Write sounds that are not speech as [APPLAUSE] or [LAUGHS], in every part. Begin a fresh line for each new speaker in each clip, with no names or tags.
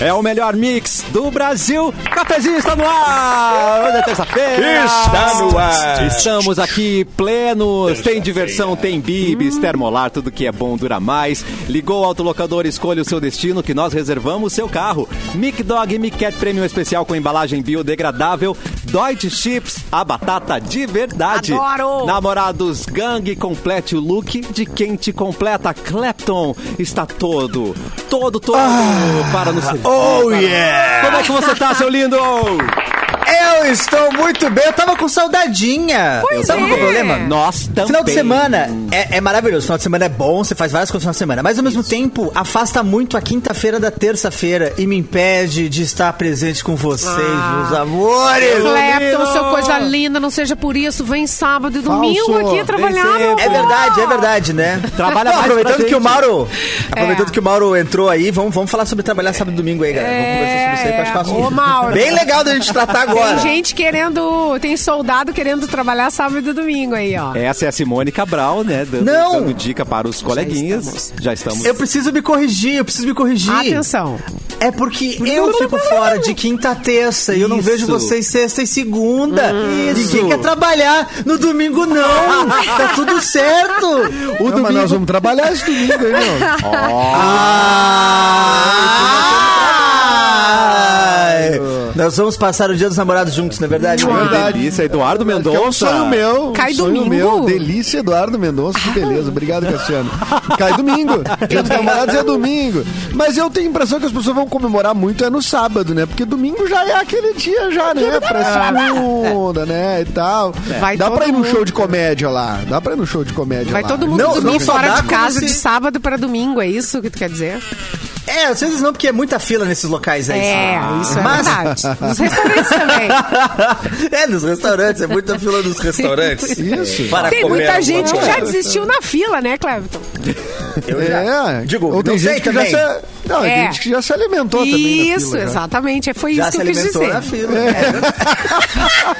É o melhor mix do Brasil. Cafezinho está no ar! Hoje é terça-feira.
Está no ar.
Estamos aqui plenos. Tem diversão, tem bibis,
Hum.
termolar, tudo que é bom dura mais. Ligou o autolocador, escolha o seu destino que nós reservamos seu carro. Mic Dog Mic Cat Premium Especial com embalagem biodegradável. Deutsche Chips, a batata de verdade.
Adoro!
Namorados Gang, complete o look de quem te completa. Clapton está todo, todo, todo
Ah.
para nos
Oh, yeah!
como é que você tá, seu lindo?
Eu estou muito bem, eu tava com saudadinha.
Pois
Sabe qual é
é.
o problema?
Nós também.
Final de semana é, é maravilhoso, final de semana é bom, você faz várias coisas no final de semana, mas ao mesmo tempo afasta muito a quinta-feira da terça-feira e me impede de estar presente com vocês,
Ah.
meus amores.
Clepton, seu coisa linda, não seja por isso. Vem sábado e domingo aqui trabalhar,
sempre.
meu
É
amor.
verdade, é verdade, né?
Trabalha mais pra
aproveitando
gente.
que o Mauro,
É.
aproveitando que o Mauro entrou aí, vamos, vamos falar sobre trabalhar sábado e domingo aí, galera. Vamos conversar sobre isso aí, que eu acho que é um
É,
assunto
ô, Mauro.
bem legal da gente tratar agora.
Tem gente querendo, tem soldado querendo trabalhar sábado e domingo aí, ó.
Essa é a Simone Cabral, né? Dando,
Não.
dando dica para os coleguinhas. Já estamos.
Eu preciso me corrigir, eu preciso me corrigir.
Ah, Atenção.
É porque eu fico fora de quinta a terça e eu não
Isso.
vejo vocês sexta e segunda. Ninguém quer trabalhar no domingo, não. tá tudo certo.
O domingo... Mas nós vamos trabalhar esse domingo aí, meu.
Ah!
Ai. Nós vamos passar o dia dos namorados juntos, não é verdade?
Que delícia, Eduardo
Que é um
Mendonça.
sonho meu.
Cai
sonho
domingo?
meu. Delícia, Eduardo Mendonça. Que beleza. Obrigado, Cassiano. Cai domingo. Dia dos namorados é domingo. Mas eu tenho a impressão que as pessoas vão comemorar muito é no sábado, né? Porque domingo já é aquele dia já, né? Pra segunda, né? E tal.
Vai
Dá
todo
pra ir no
mundo.
show de comédia lá. Dá pra ir no show de comédia
Vai
lá.
todo mundo
Não,
dormir
não só
fora
dá
de casa
como se-
de sábado para domingo, é isso que tu quer dizer?
É, às vezes não, porque é muita fila nesses locais aí.
É, isso é
Mas-
verdade. Nos
[LAUGHS]
restaurantes também.
é, nos restaurantes, é muita fila nos restaurantes.
Isso.
Para
Tem
comer
muita
alguma
gente que
coisa.
já desistiu na fila, né, Clepton?
Eu já.
É,
Digo,
ou tem
não
gente
sei
que
também.
já se, não,
É.
tem gente que já se alimentou também. na
Isso,
fila, já.
exatamente. é Foi
Já
isso
se
que eu quis
alimentou
dizer.
na fila.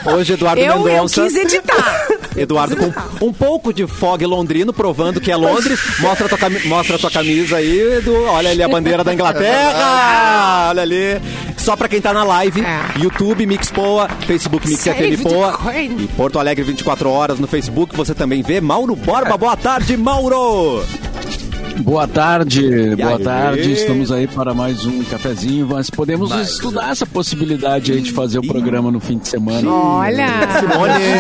É,
Hoje, Eduardo
Eu, um eu
Mendonça.
quis
[LAUGHS]
editar.
Eduardo com um pouco de fog londrino, provando que é
[LAUGHS]
Londres. Mostra a tua, cami- mostra a tua camisa aí, Edu. Olha ali a bandeira da
[LAUGHS]
Inglaterra. Olha ali. Só pra quem tá na live,
É.
YouTube Mix Poa, Facebook Mix
Save
FM Poa
Bitcoin.
e Porto Alegre 24 horas no Facebook. Você também vê Mauro Borba. Boa tarde, Mauro.
Boa tarde, boa
aí?
tarde. Estamos aí para mais um cafezinho, mas podemos estudar essa possibilidade aí de fazer o programa no fim de semana.
Olha.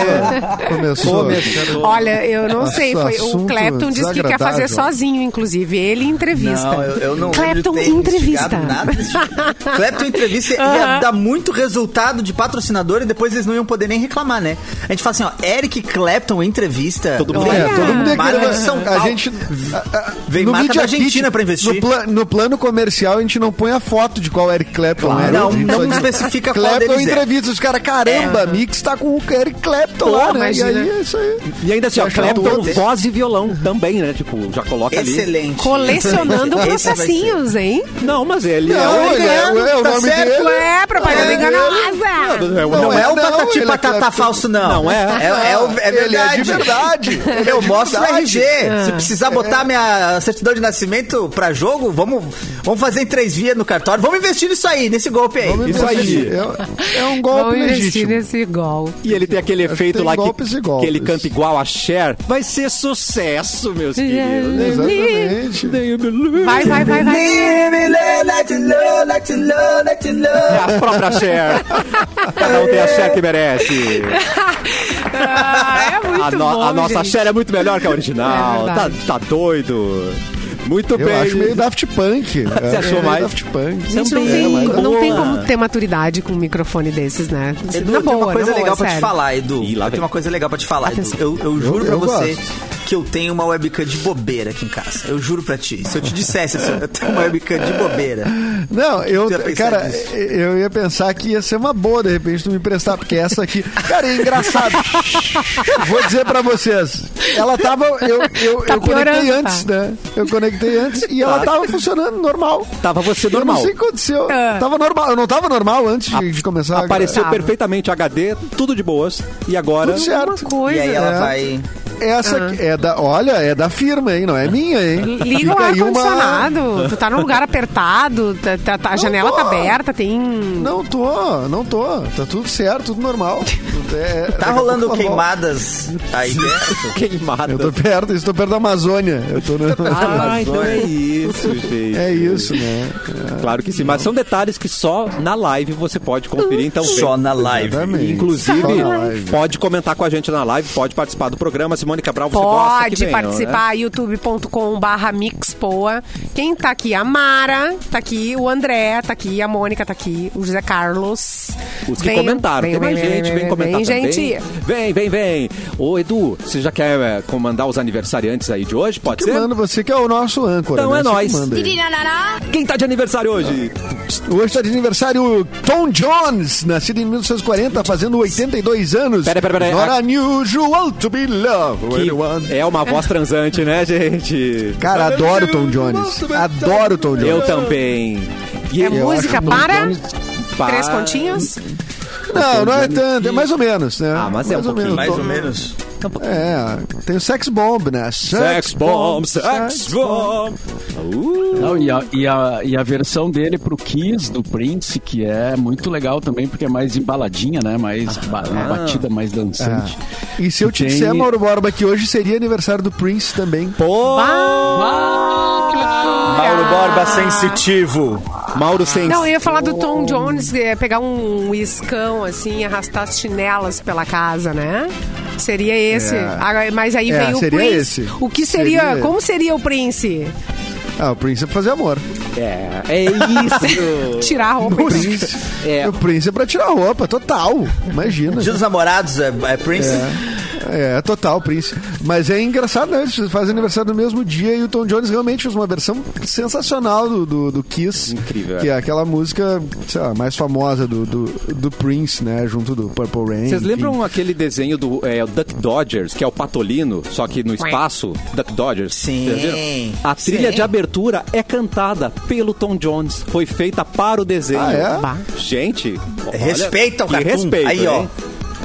[LAUGHS]
Começou.
Começando.
Olha, eu não sei.
Nossa,
Foi, o
assunto
Clapton disse que quer fazer
desagradável.
sozinho, inclusive. Ele em entrevista.
Não, eu, eu não.
Clapton
eu não tenho
entrevista.
investigado Nada. desse- Clapton entrevista ia dar muito resultado de patrocinador e depois eles não iam poder nem reclamar, né? A gente fala assim, ó, Eric Clapton entrevista.
Todo mundo-
Vem
É, todo mundo é
marca
querendo-
de São Paulo.
A gente. a- a-
Vem marca
Media
da Argentina
Kit,
pra investir.
No, pla- no plano comercial, a gente não põe a foto de qual Eric Clapton
Claro.
era.
Não,
A gente
não
só diz,
especifica qual
Clapton
deles é.
entrevista. Os caras, caramba, Mix tá com o Eric Clapton lá, né? E
imagina.
aí é isso aí.
E ainda assim, ó,
Fechou
Clepton,
todos.
voz e violão também, né? Tipo, já coloca ali.
Excelente.
Colecionando um
[LAUGHS] Esse vai ser.
processinhos, hein?
Não, mas ele
Não,
é.
ele é, é o
tá
nome
certo,
dele.
É, propaganda
É,
enganosa.
É o-
Não,
Não
é,
é,
o
não,
patati
ele é
patata
Clapton.
falso, não.
Não é.
É, é, o- é
Ele é
verdade.
de verdade. Ele é
Eu
de
mostro o
verdade. Ah. É.
RG. Se precisar botar minha certidão de nascimento pra jogo, vamos, vamos fazer em três vias no cartório. Vamos investir nisso aí, nesse golpe aí.
Vamos
Isso aí.
investir. É, é um golpe
Vou investir
legítimo.
nesse gol.
E ele tem aquele efeito
tem
lá que,
golpes e golpes.
que ele canta igual a Cher. Vai ser sucesso, meus
É.
queridos.
Exatamente.
Vai, vai, vai, vai.
[LAUGHS]
É a própria Cher. Cada um tem a Cher que merece.
Ah, é muito
A, no-
bom,
a nossa
gente.
Cher é muito melhor que a original.
É
tá,
verdade.
tá doido. Muito
Eu
bem.
acho meio Daft Punk. Você
achou mais?
Daft Punk.
Gente,
é
não
Também,
tem,
mas
não
boa.
tem como ter maturidade com um microfone desses, né?
Edu,
na
eu tenho
boa,
uma coisa
na boa,
legal pra te
sério.
falar, Edu.
Ih, lá vem.
Eu tenho uma coisa legal pra te falar, Edu.
Atenção.
Eu, eu juro
Eu-
pra
eu
você
gosto.
que eu tenho uma webcam de bobeira aqui em casa. Eu juro pra ti. Se eu te dissesse, assim, eu tenho uma webcam de bobeira.
Não, eu,
Tu ia pensar
cara,
nisso.
eu ia pensar que ia ser uma boa, de repente, tu me emprestar, porque essa aqui, cara, é
[LAUGHS]
engraçado. Vou dizer pra vocês, ela tava, eu, eu,
Tá
eu conectei
piorando,
antes,
tá.
né? Eu conectei antes e ela tava funcionando normal.
Tava você
Eu não
Tá. normal.
sei o que aconteceu.
Ah.
Tava normal, eu não tava normal antes de, de começar.
Apareceu
Tava.
perfeitamente HD, tudo de boas. E agora.
Tudo certo.
Uma coisa.
E aí ela
É.
vai.
Essa
Ah.
que é da. Olha, é da firma, hein? Não é minha, hein?
Liga o
Fica aí uma-
ar-condicionado. Tu tá num lugar apertado, tá- tá- tá- a janela tá
tô.
aberta, tem.
Não tô, não tô. Tá tudo certo, tudo normal. É- daqui
Tá
a
rolando
pouco eu volto.
queimadas aí né? dentro?
[LAUGHS] Queimada.
Eu tô perto, estou perto da Amazônia. Eu tô na...
[LAUGHS] Ah, então é isso, gente.
É isso, né?
Claro que sim, mas são detalhes que só na live você pode conferir, então vem.
Só na live.
Exatamente.
Inclusive,
Só na live.
pode comentar com a gente na live, pode participar do programa. Simone Cabral, você gosta que
Pode
venham, né?
participar, youtube.com barra mixpoa. Quem tá aqui? A Mara, tá aqui, o André, tá aqui, a Mônica, tá aqui, o José Carlos.
Os que comentaram, tem mais gente, vem, comentar
vem,
também.
gente.
Vem, vem, vem. Ô, Edu, você já quer eh, comandar os aniversariantes aí de hoje? Pode
Que
ser?
manda você que é o nosso âncora.
Então
né?
é
Você que
nóis.
manda aí.
Quem tá de aniversário hoje?
Hoje está de aniversário Tom Jones, nascido em 1940, fazendo 82 anos.
Pera, pera, pera.
It's Not
A-
unusual to be loved. anyone.
Ah. Que é uma voz transante, né, gente?
Cara, adoro o Tom Jones. Adoro o Tom Jones.
Eu também. E
É
eu-
música
acho que o
para
Jones-
três
Pá.
pontinhos.
Não, não é tanto, é mais ou menos, né?
Ah, mas é um pouquinho.
Mais
Tom-
ou menos.
É, tem o Sex Bomb, né?
Sex bomb, sex bomb. Uh,
Não, e, a, e, a, e a versão dele pro Kiss do Prince, que é muito legal também, porque é mais embaladinha, né? Mais ba- uma batida mais dançante.
É. Ah. E se eu te
Tem-
disser, Mauro Borba, que hoje seria aniversário do Prince também.
pô,
Mauro Borba sensitivo.
Mauro Sens.
Não, eu ia falar do Tom Jones, é, pegar um iscão assim, arrastar as chinelas pela casa, né? Seria esse.
É.
Agora, Mas aí
É,
veio o
seria
Prince.
esse.
O que seria,
Seria.
Como seria o Prince?
Ah, o Prince é pra fazer amor.
É, é isso.
Tirar a roupa.
O Prince
É.
é, o Prince é pra tirar roupa, total. Imagina.
Dia dos namorados é, é Prince.
É, total, Prince. Mas é engraçado, né? Eles fazem aniversário no mesmo dia e o Tom Jones realmente fez uma versão sensacional do, do, do Kiss.
Incrível,
Que é aquela música, sei lá, mais famosa do, do, do Prince, né? Junto do Purple Rain.
Vocês
enfim.
lembram aquele desenho do é, o Duck Dodgers, que é o Patolino, só que no espaço? Duck Dodgers?
Sim,
Vocês viram? A trilha
sim.
de abertura é cantada pelo Tom Jones. Foi feita para o desenho.
Ah, é?
Bah. Gente, olha,
Respeita o
que
cartoon.
respeito,
Aí, ó.
hein?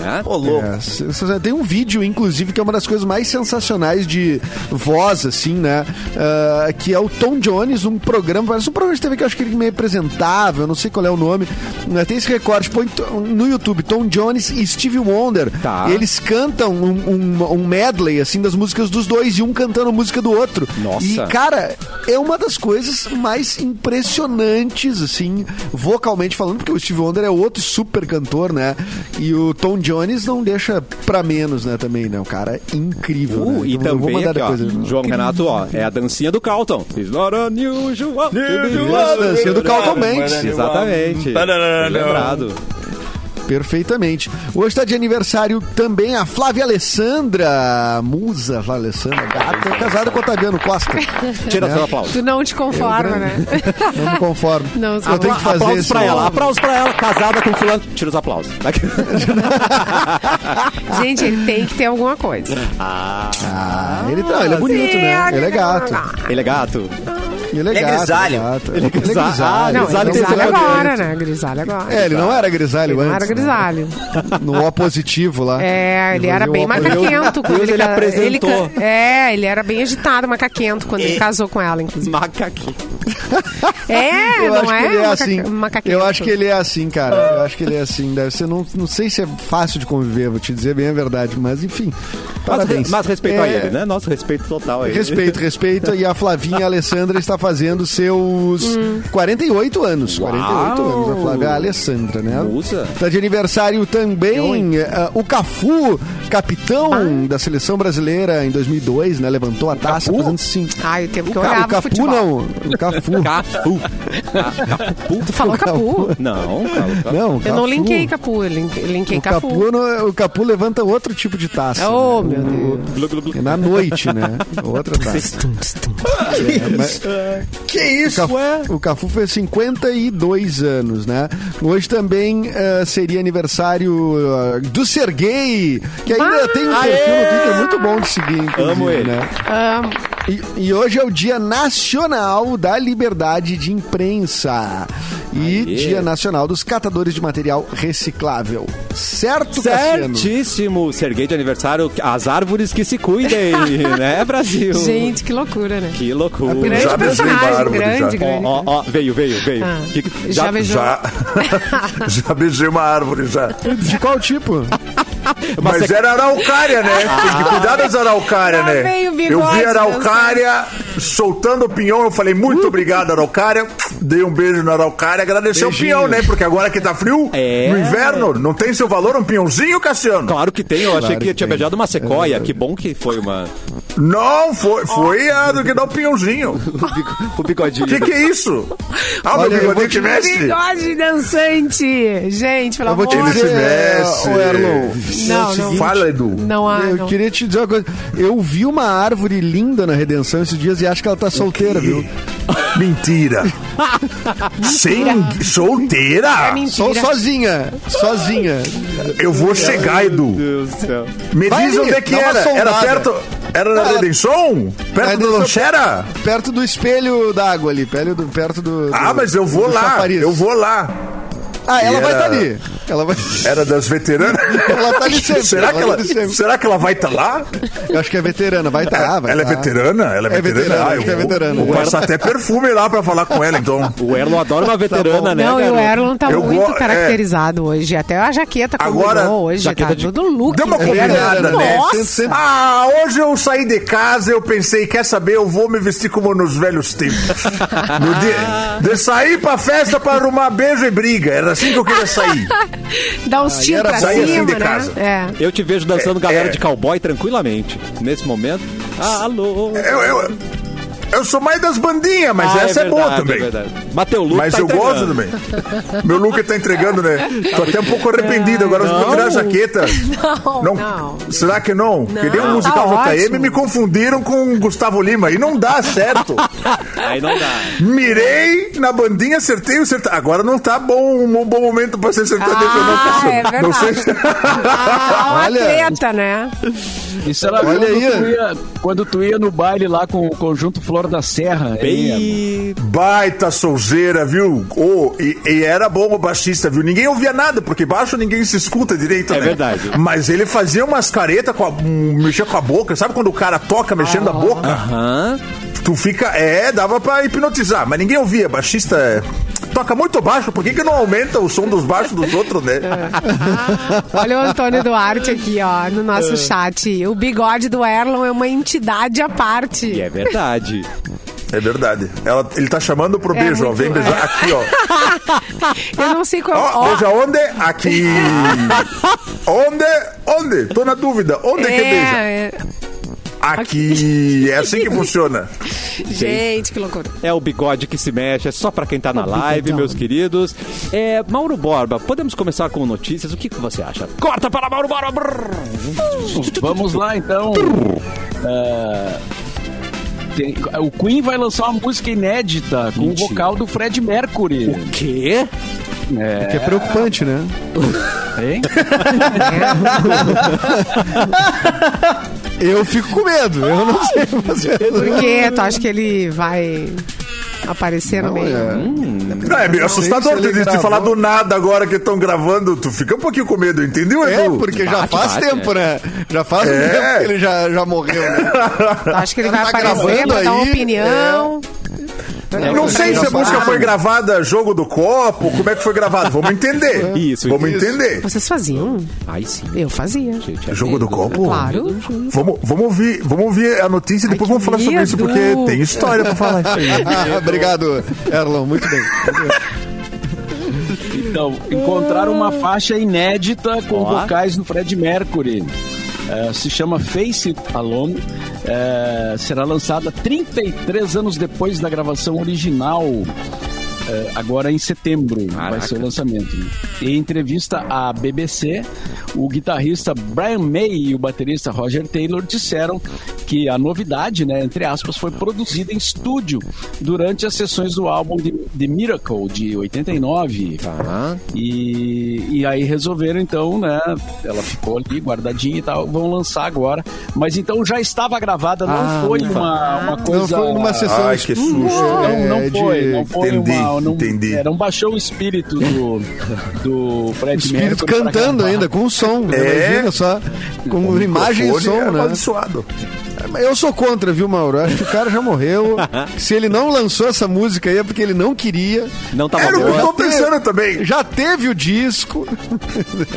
É?
Ô, louco.
É, sensacional. tem um vídeo, inclusive, que é uma das coisas mais sensacionais de voz, assim, né? Ah, que é o Tom Jones, um programa, parece um programa de TV que eu acho que ele meio apresentava, eu não sei qual é o nome. Né, Tem esse recorte, põe to- no YouTube, Tom Jones e Steve Wonder.
Tá.
Eles cantam um, um- um medley, assim, das músicas dos dois e um cantando música do outro.
Nossa.
E, cara, é uma das coisas mais impressionantes, assim, vocalmente falando, porque o Steve Wonder é outro super cantor, né? E o Tom Jones não deixa pra menos, né, também, né? Um cara incrível.
Uh,
né?
e
Então, eu vou
também
mandar
aqui, ó,
depois, né?
João Renato, ó, é a dancinha do Calton. It's not unusual. to be
Isso,
loved.
dancinha do Carlton Banks.
Exatamente. Bem Lembrado.
Perfeitamente. Hoje está de aniversário também a Flávia Alessandra, musa Flávia Alessandra, gata, casada com o Otaviano Costa.
Tira
Né?
seu aplauso.
Tu não te conforma, né?
Não me conformo.
Não,
eu tenho que fazer
aplausos
esse
pra ela,
nome.
aplausos pra ela, casada com fulano. Tira os aplausos.
[LAUGHS] Gente, ele tem que ter alguma coisa.
Ah, ele, tá, ele é bonito, né? Ele é gato.
Ele é gato.
Ele é
Ele é
gato.
grisalho.
gato.
Ele é grisalho.
grisalho.
Não,
Grisalho
é
tem
grisalho
esse
agora,
poder.
né? Grisalho agora.
É, ele não era grisalho
Ele não
antes.
era
né?
grisalho.
No O positivo lá.
É, ele era
fazia o
bem
O positivo.
macaquento. quando
Deus, ele
ca-
apresentou.
ca- é, ele era bem agitado, macaquento, quando
É.
ele
E-
casou com ela,
[LAUGHS]
inclusive.
Macaquinho.
É,
Tá Eu
não
acho
é? um
que ele é
Macaca-
assim.
macaquento.
Eu acho que ele é assim, cara. Eu acho que ele é assim. Deve ser, não, não sei se é fácil de conviver, vou te dizer bem a verdade, mas enfim.
Mas,
Parabéns.
mas respeito a
É,
ele, né? Nosso respeito total a ele.
Respeito, respeito. E a Flavinha Alessandra está fazendo seus 48 anos. 48
Uau!
anos, a Flávia Alessandra, né?
Musa.
Tá de aniversário também ah, o Cafu, capitão da seleção brasileira em 2002, né? Levantou a taça
Cafu?
fazendo sim.
Ai, o tempo que Ah, eu
Cara, o
olhava
Capu
futebol.
não, o Cafu.
[LAUGHS]
Cafu. Cafu.
Tu falou Capu.
Não, Cafu.
[LAUGHS] Não, o
Eu não
Cafu.
linkei Capu, eu lin- linkei
O
Capu.
Capu, não- o Capu levanta outro tipo de taça.
Oh,
né?
meu
O-
Blu, blu, blu.
é Na noite, né? Outra taça. É, mas- é?
Que
O
isso?
Cafu, o Cafu fez 52 anos, né? Hoje também eh, seria aniversário eh, do Serguei, que ainda tem um perfil no Twitter muito bom de seguir, inclusive,
Amo ele.
né?
Amo.
E, e hoje é o Dia Nacional da Liberdade de Imprensa. E
Aê.
Dia Nacional dos Catadores de Material Reciclável. Certo, Tipo. Cassiano?
Certíssimo, Serguei de aniversário, as árvores que se cuidem, né, Brasil?
Gente, que loucura, né?
Que loucura.
Grande
Já desenho da
personagem,
árvore,
grande,
já.
Ó,
grande.
ó, ó, veio, veio, veio.
Ah,
Que- que-
já beijou.
Já, [LAUGHS] já beijei uma árvore já.
De qual tipo?
Mas
Mas
é-
era araucária, né? Tem que cuidar das araucárias,
Lá
né?
vem o bigode
Eu vi a araucária
dançando.
soltando o pinhão, eu falei, muito obrigado, araucária. Dei um beijo na araucária, agradecer o
Beijinho.
pinhão, né? Porque agora que tá frio,
É.
no inverno, não tem seu valor um pinhãozinho, Cassiano?
Claro que tem, eu achei que,
que
tinha
tem.
beijado uma sequoia. Que bom que foi uma.
Não, foi, foi a do que dá o pinhãozinho.
O bigodinho.
O que, que é isso? Ah, meu
Olha, eu
bigodinho
vou
te
te-
mexe?
Bigode dançante. Gente, pelo
Eu vou
amor
te
Ele
de
dizer,
se mexe.
ô, Erlon.
Não,
é o
não.
seguinte,
Fala, Edu.
Não há.
Eu
não.
queria te dizer uma coisa. Eu vi uma árvore linda na Redenção esses dias e acho que ela tá solteira, viu?
Mentira. Sem solteira?
É mentira.
Sou sozinha. Sozinha.
Eu vou chegar, Edu.
Deus do céu.
Me
Vai
diz
ali,
onde é que
dá uma
era. Era
sondada.
perto. Era na
Ah,
Redenção? Perto da
Redenção.
lanchera?
Perto do espelho d'água ali. Perto do. Perto do
Ah,
do-
mas eu vou
do
lá.
chafariz.
Eu vou lá.
Ah, ela vai
Era-
estar ali. Ela
[LAUGHS]
vai.
Era das veteranas?
[LAUGHS] Ela tá ali sempre,
[LAUGHS] Será,
ela
que ela,
tá ali sempre.
será que ela vai estar lá?
Eu acho que é veterana, vai estar. vai
ela é
tá.
veterana? Ela é,
É
veterana?
veterana,
Ah,
acho que é
vou-
veterana.
Vou passar até perfume lá pra falar com ela, então.
O Erlon adora uma veterana, né?
Não, e o
garoto?
Erlon tá
Eu
muito
go- é.
caracterizado hoje. Até a jaqueta
Agora,
combinou hoje.
jaqueta
tá
de-
todo look.
Deu uma
né?
combinada, né?
Nossa!
Ah, hoje eu saí de casa, eu pensei, quer saber, eu vou me vestir como nos velhos tempos. No dia- de sair pra festa pra arrumar beijo e briga. Era assim que eu queria sair.
Dá uns tiros
era
pra
sair assim
cima,
de
né?
casa.
É.
Eu te vejo dançando galera
é.
de cowboy tranquilamente. Nesse momento. Alô.
Eu, eu, eu sou mais das bandinhas, mas
Ah,
essa é, boa
verdade,
também.
verdade. Bateu o look,
mas
tá
eu
entregando.
gosto também. Meu look tá entregando, né? Tô até um pouco arrependido. Agora eu vou tirar a jaqueta.
Não,
Não,
não.
Será que não? Queria um
tá
musical JM
ótimo.
me confundiram com o Gustavo Lima. E não dá certo.
Aí não dá.
Mirei na bandinha, acertei o sertanejo. Agora não tá bom, um bom momento pra ser sertanejo, não,
Ah,
Cassiano.
é verdade.
Não sei se- [LAUGHS]
Ah,
Olha.
atleta, né?
Isso era
Olha
quando,
aí.
Tu ia, quando tu ia no baile lá com o conjunto Flor da Serra. Aí,
Bem.
Baita solzeira, viu? Oh, e, e era bom o baixista, viu? Ninguém ouvia nada, porque baixo ninguém se escuta direito,
É
né?
verdade.
Mas ele fazia umas caretas, com a- um, mexia com a boca. Sabe quando o cara toca mexendo
Ah.
a boca?
Hã?
Tu fica... É, dava pra hipnotizar, mas ninguém ouvia. Baixista é, toca muito baixo. Por que que não aumenta o som dos baixos dos outros, né?
É. Olha o Antônio Duarte aqui, ó, no
É.
nosso chat. O bigode do Erlon é uma entidade à parte.
E é verdade.
É verdade. Ela- ele tá chamando pro
É
beijo, ó.
muito-
Vem beijar aqui, ó.
Eu não sei qual.
Ó,
ó,
beija onde? Aqui. onde? Onde? Tô na dúvida. Onde que beija?
é, é,
Aqui. É assim que funciona.
gente, que loucura.
É o bigode que se mexe, é só pra quem tá na live, meus queridos. É, Mauro Borba, podemos começar com notícias? O que, que você acha? Corta para Mauro Borba! Brrr.
Vamos lá, então. É, tem- o Queen vai lançar uma música inédita com o vocal do Fred Mercury.
Quê?
Que é preocupante, né?
Hein?
[LAUGHS] Eu fico com medo. Eu não sei fazer.
Porque tu acha que ele vai aparecer no meio?
Não, é meio assustador
sei se
de,
ele
de falar
gravou.
do nada agora que estão gravando. Tu fica um pouquinho com medo, entendeu,
É,
Edu?
porque já
Bate,
faz
bate,
tempo, né? Já faz um
É.
tempo que ele já, já morreu, né?
Tu acha que ele vai
Tá
aparecer
gravando
pra dar uma
aí,
opinião?
é. Não sei se a
Já
música
faz.
foi gravada jogo do copo, como é que foi gravado. Vamos entender.
Isso,
Vamos
isso.
entender.
Vocês faziam?
Ai sim,
Eu fazia.
gente. é
Jogo do
medo, né?
copo?
Claro.
Vamos, vamos, ouvir, vamos ouvir a notícia e depois
que
vamos falar sobre isso,
medo.
porque tem história pra falar.
Ah, Obrigado, Erlon. Muito bem.
Então, encontraram uma faixa inédita com
Ó.
vocais do Fred Mercury. É, se chama Face It Alone. É, será lançada 33 anos depois da gravação original. É, agora em setembro vai ser o lançamento. né? Em entrevista à BBC, o guitarrista Brian May e o baterista Roger Taylor disseram que a novidade, né, entre aspas, foi produzida em estúdio durante as sessões do álbum de, de Miracle de 89. E, e aí resolveram então, né? Ela ficou ali guardadinha e tal. Vão lançar agora. Mas então já estava gravada, não foi uma, uma
Não
coisa.
foi numa sessão
Ai, que susto.
Não, não
é,
foi,
de-
não foi
Entendi.
uma, Não, não
Entendi.
é, não baixou o espírito do, do Fred
Espírito
Mercury pra
cantando
gravar.
ainda, com um som. né?
É.
Imagina só. Com [LAUGHS] imagem e
Microfone
som,
é
né?
amaldiçoado.
Eu sou contra, viu, Mauro? Eu Acho que o cara já morreu. Se ele não lançou essa música aí é porque ele não queria.
Não tava
Era o que eu
boa.
tô pensando também.
Já teve o disco.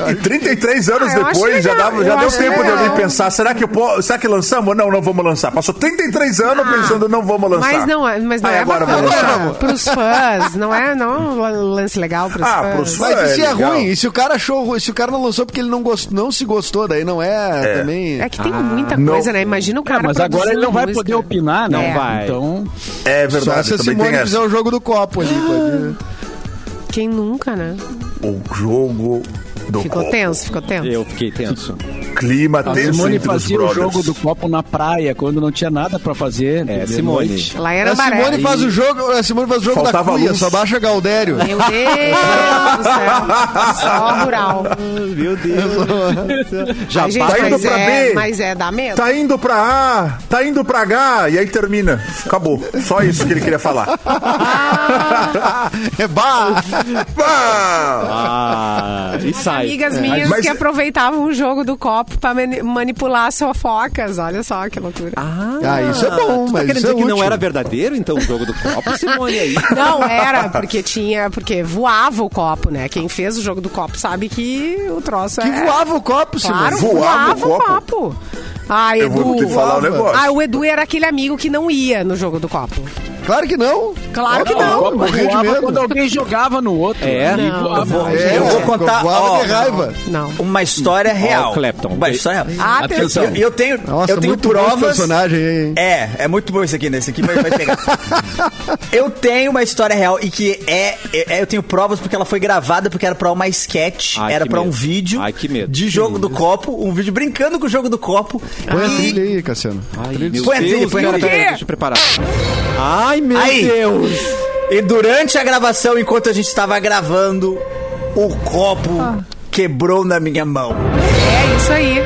E 33 anos
Ah, eu
depois,
acho
já,
legal,
dava, já
eu
deu
acho
tempo de
legal.
alguém pensar, será que, eu posso, será que lançamos? Não, não vamos lançar. Passou 33 anos
Ah,
pensando, não vamos lançar.
Mas não, é- mas não
Ah,
é
agora vamos
bacana
lançar.
pros fãs, não é não é um lance legal pros
Ah,
fãs.
pros fãs.
Mas
É,
e se é
legal.
ruim? E se o cara achou ruim? Se o cara não lançou porque ele não, gost... não se gostou, daí não é, também.
É que tem muita
Ah, não.
coisa, né? Imagina o
É,
cara
mas agora ele
produzindo
não vai
música.
poder opinar, né?
Não vai.
Então,
É
Só
verdade,
se a
também tem
Simone
essa.
fizer o jogo do copo ali. pode-
Quem nunca, né?
O jogo do
Ficou
copo.
tenso, ficou tenso.
Eu fiquei tenso.
Clima
a
tenso
Simone
entre os
fazia o
brothers.
jogo do copo na praia, quando não tinha nada pra fazer.
É,
de
Simone.
noite.
Lá
É
era
A Simone faz o jogo, a Simone faz o jogo
Faltava
da cuia,
luz.
só baixa Galdério.
Meu Deus do céu. Só rural.
Meu
[LAUGHS]
Deus. Já
Ai, gente,
tá indo
mas,
pra
é,
B.
mas é, dá medo.
Tá indo pra A, tá indo pra H, e aí termina. Acabou. Só isso que ele
[LAUGHS]
queria falar.
[LAUGHS]
Tá
É bah!
Ah!
Ah, e sai.
Amigas
É.
minhas
Mas-
que aproveitavam o jogo do copo pra mani- manipular sofocas. Olha só que loucura.
Ah, isso é
tu
bom,
tá
mas
querendo
isso
dizer
é
que não
útil.
era verdadeiro, então, o jogo do copo, Simone, é aí?
Não, era, porque tinha, porque voava o copo, né? Quem fez o jogo do copo sabe que o troço
Que
é.
voava o copo, Simone.
Claro, voava,
Voava o
o copo. Ah,
Eu
Edu.
vou te falar um
voava.
negócio.
Ah, o Edu era aquele amigo que não ia no jogo do copo.
Claro que não.
Claro que
o
não.
copo
morri de
voava
medo.
quando alguém jogava no outro.
É?
Ele
Não,
voava.
não.
É.
É,
eu vou
é,
contar,
voava
ó,
de raiva.
Não.
Uma história real.
Clapton.
Uma história real.
Atenção.
E eu tenho,
Nossa,
eu tenho
muito bom esse
provas.
personagem aí, hein?
É, é muito bom isso aqui, né? Esse aqui vai, vai
[LAUGHS]
pegar. eu tenho uma história real e que é, é- Eu tenho provas porque ela foi gravada, porque era pra uma sketch,
Ai,
era
que
pra um
medo.
vídeo
Ai, que medo.
de jogo do copo, um vídeo brincando com o jogo do copo.
Põe a
E-
trilha aí, Cassiano.
Ai,
Trilha
meu Deus,
Põe a trilha, põe a
pera,
trilha.
pera, deixa eu preparar. Ai, meu
Aí.
Deus.
E durante a gravação, enquanto a gente estava gravando, o copo quebrou na minha mão.
É isso aí.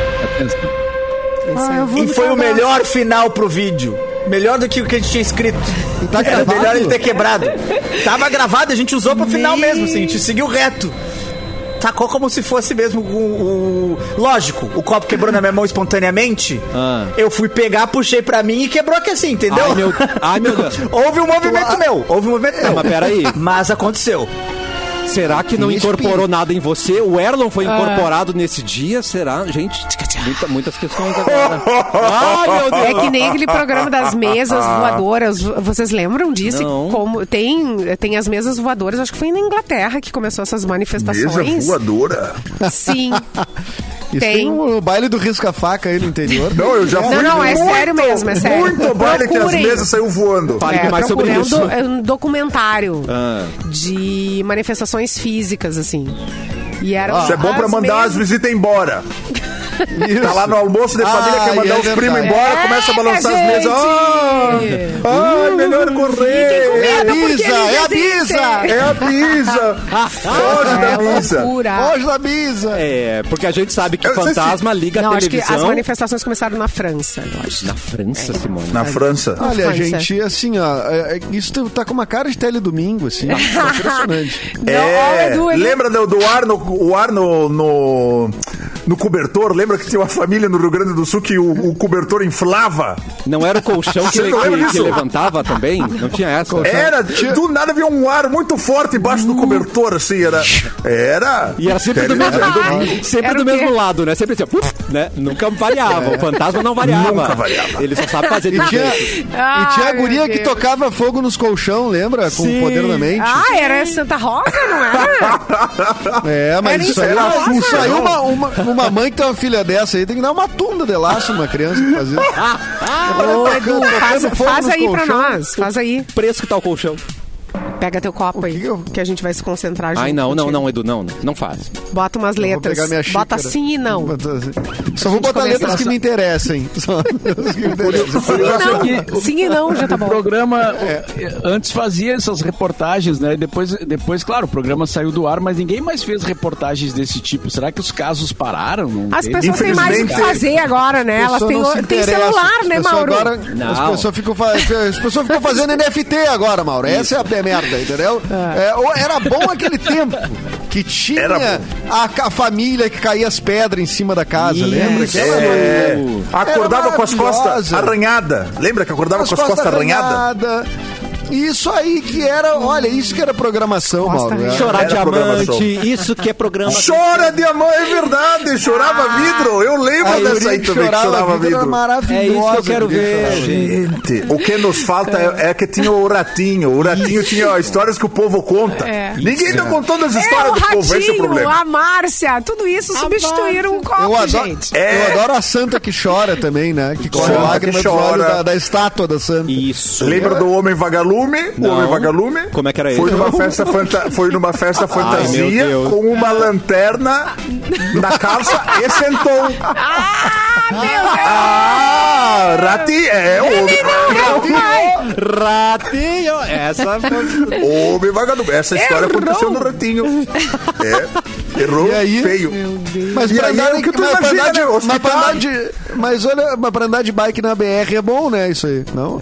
Isso aí.
E
um
foi o melhor final pro vídeo. Melhor do que o que a gente tinha escrito.
tá
Era
gravado?
melhor ele ter quebrado. Tava gravado, a gente usou pro final
Meu.
mesmo, assim, a gente seguiu reto. Tacou como se fosse mesmo o. o- Lógico, o copo quebrou na minha mão espontaneamente.
Ah.
Eu fui pegar, puxei pra mim e quebrou aqui assim, entendeu?
Ai, meu, ai, meu Deus.
[LAUGHS] Houve um movimento meu, houve um movimento meu.
mas peraí.
Mas aconteceu.
Será que não
Tem
incorporou
espinho.
nada em você? O Erlon foi incorporado nesse dia? Será? Gente, muita- muitas questões agora. Ai, meu Deus.
É que nem aquele programa das
[LAUGHS]
mesas voadoras. Vocês lembram disso?
Não.
Como tem, tem as mesas voadoras. Acho que foi na Inglaterra que começou essas
Mesa
manifestações.
voadora. [LAUGHS]
Sim.
Isso tem
Tem.
o baile do risca-faca aí no interior.
Não, eu já fui.
Não, não, é
muito,
sério mesmo, é sério.
Muito baile que as
Procurem.
mesas saiu voando.
Fale
é,
mais sobre
procurem, é um
isso.
do- É um documentário
Ah.
de manifestações físicas, assim. E era
Isso é bom pra mandar as visitas embora.
Isso.
Tá lá no almoço de família,
Ah,
quer mandar
é
os primos
verdade.
embora, Ah, começa a balançar as mesas.
gente!
Ah, ai, melhor correr.
É a
Medo porque
Bisa,
eles
é a
existem.
Bisa!
É a Bisa. Foge da Bisa.
É Loucura.
Hoje da Bisa!
Ah, É, porque a gente sabe que
Eu não sei se-
fantasma liga
Não,
a
acho que as
televisão.
manifestações começaram na França, eu acho.
Na França, Simone.
Na França.
Olha,
França.
gente, assim, ó, é- é- isso tá com uma cara de teledomingo,
[LAUGHS]
assim. tá impressionante.
Não, ó,
É,
Edu, ele-
lembra do, do ar, no, o ar no, no, no cobertor? Lembra que tinha uma família no Rio Grande do Sul que o, o cobertor inflava?
Não era o colchão que,
Você não lembra
que- que
disso? É.
levantava também? Não tinha essa?
Era, do nada vinha um ar muito forte embaixo do cobertor, assim, era... Era...
Uh. E era sempre do mesmo,
Teledomingo.
sempre
Era
do
o quê?
mesmo lado, né? Sempre assim, ó, puf, né? Nunca variava. O fantasma não variava.
Nunca variava.
Ele só sabe fazer
E
de
tinha,
jeito.
Tá Ai,
e tinha a
Ah, meu
guria que
Deus.
tocava fogo nos colchão, lembra? Com
Sim.
o poder da mente.
Ah,
um-
era Santa Rosa, não
[LAUGHS]
era?
É, mas
Ah, Era
isso aí,
isso, era
isso
Xuxa,
aí é
não?
uma, uma, uma mãe que tem uma filha dessa aí tem que dar uma tunda de laço numa criança que fazia.
Ah, Ô,
Ah, Tocando-
Edu,
tocando
faz,
fogo
faz
nos
aí pra
colchão.
nós. Faz aí.
Preço que tá o colchão.
Pega teu copo aí,
que eu-
que a gente vai se concentrar junto.
Ai, não, não,
contigo.
não, Edu, não. Não faz.
Bota umas
Vou
letras.
pegar minha xícara.
Bota sim e não.
Bota assim. Só vou botar
começar.
letras que me interessem. Só
[LAUGHS]
as que me interessam.
Sim e não.
que o-
Sim e não, já tá
O
bom.
programa eh, antes fazia essas reportagens, né? Depois, depois, claro, o programa saiu do ar, mas ninguém mais fez reportagens desse tipo. Será que os casos pararam? Não
As
tem?
pessoas têm mais o que
Infelizmente,
fazer agora, né? Elas
Pessoa
têm,
não se
tem
interessa.
celular,
As
né,
pessoas
Mauro?
Agora,
Não.
[LAUGHS] As pessoas ficam fa- as pessoas ficam fazendo NFT agora, Mauro. Essa é a merda. merda, entendeu? É, ou era bom aquele tempo que tinha
Era bom.
a, ca- a família que caía as pedras em cima da casa, lembra?
Isso.
Aquela-
É,
Era
acordava com as costas
maravilhosa.
arranhadas. Lembra que acordava com as costas arranhadas?
arranhadas. Isso aí que era, olha, isso que era programação,
Costa
Mauro. é.
arranhada.
Chorar
Era programação.
diamante, isso que é programa.
Chora de amor, é verdade. Chorava vidro. Eu lembro
A
dessa É aí
Yuri
também, que chorava
vidro, era
vidro.
maravilhosa.
É isso que eu quero
Yuri, que
ver,
chorava vidro.
Gente, o que nos falta é, é que tinha o ratinho. O ratinho tinha ó, histórias que o povo conta.
É.
Ninguém tá contando as
É,
histórias
o
do povo, esse é o
ratinho,
problema.
a Márcia, tudo isso substituíram um copo,
Eu adoro,
gente.
É.
eu adoro a santa que chora também, né? Que corre
Chora,
lágrima
que
dos
chora.
olhos da, da estátua da santa.
Isso.
Lembra do Homem Vagalume? O
Não.
Homem Vagalume?
Como é que era ele?
foi numa festa fanta- Foi numa festa fantasia
meu Deus.
com uma lanterna na calça e sentou.
Ah, meu Deus!
Ah, Rati é o Homem Vagalume.
Ratinho! Essa é
[LAUGHS]
foi.
Homem Vagalume. Essa história
Errou.
aconteceu no Ratinho. É. Errou
E aí?
feio.
Mas
E
pra
aí
andar
era o
em-
que tu
mas pra
imagina,
andar de-
né?
mas pra
Hospital.
andar de- Mas olha, mas pra andar de bike na BR é bom, né? Isso aí,
[LAUGHS]
não?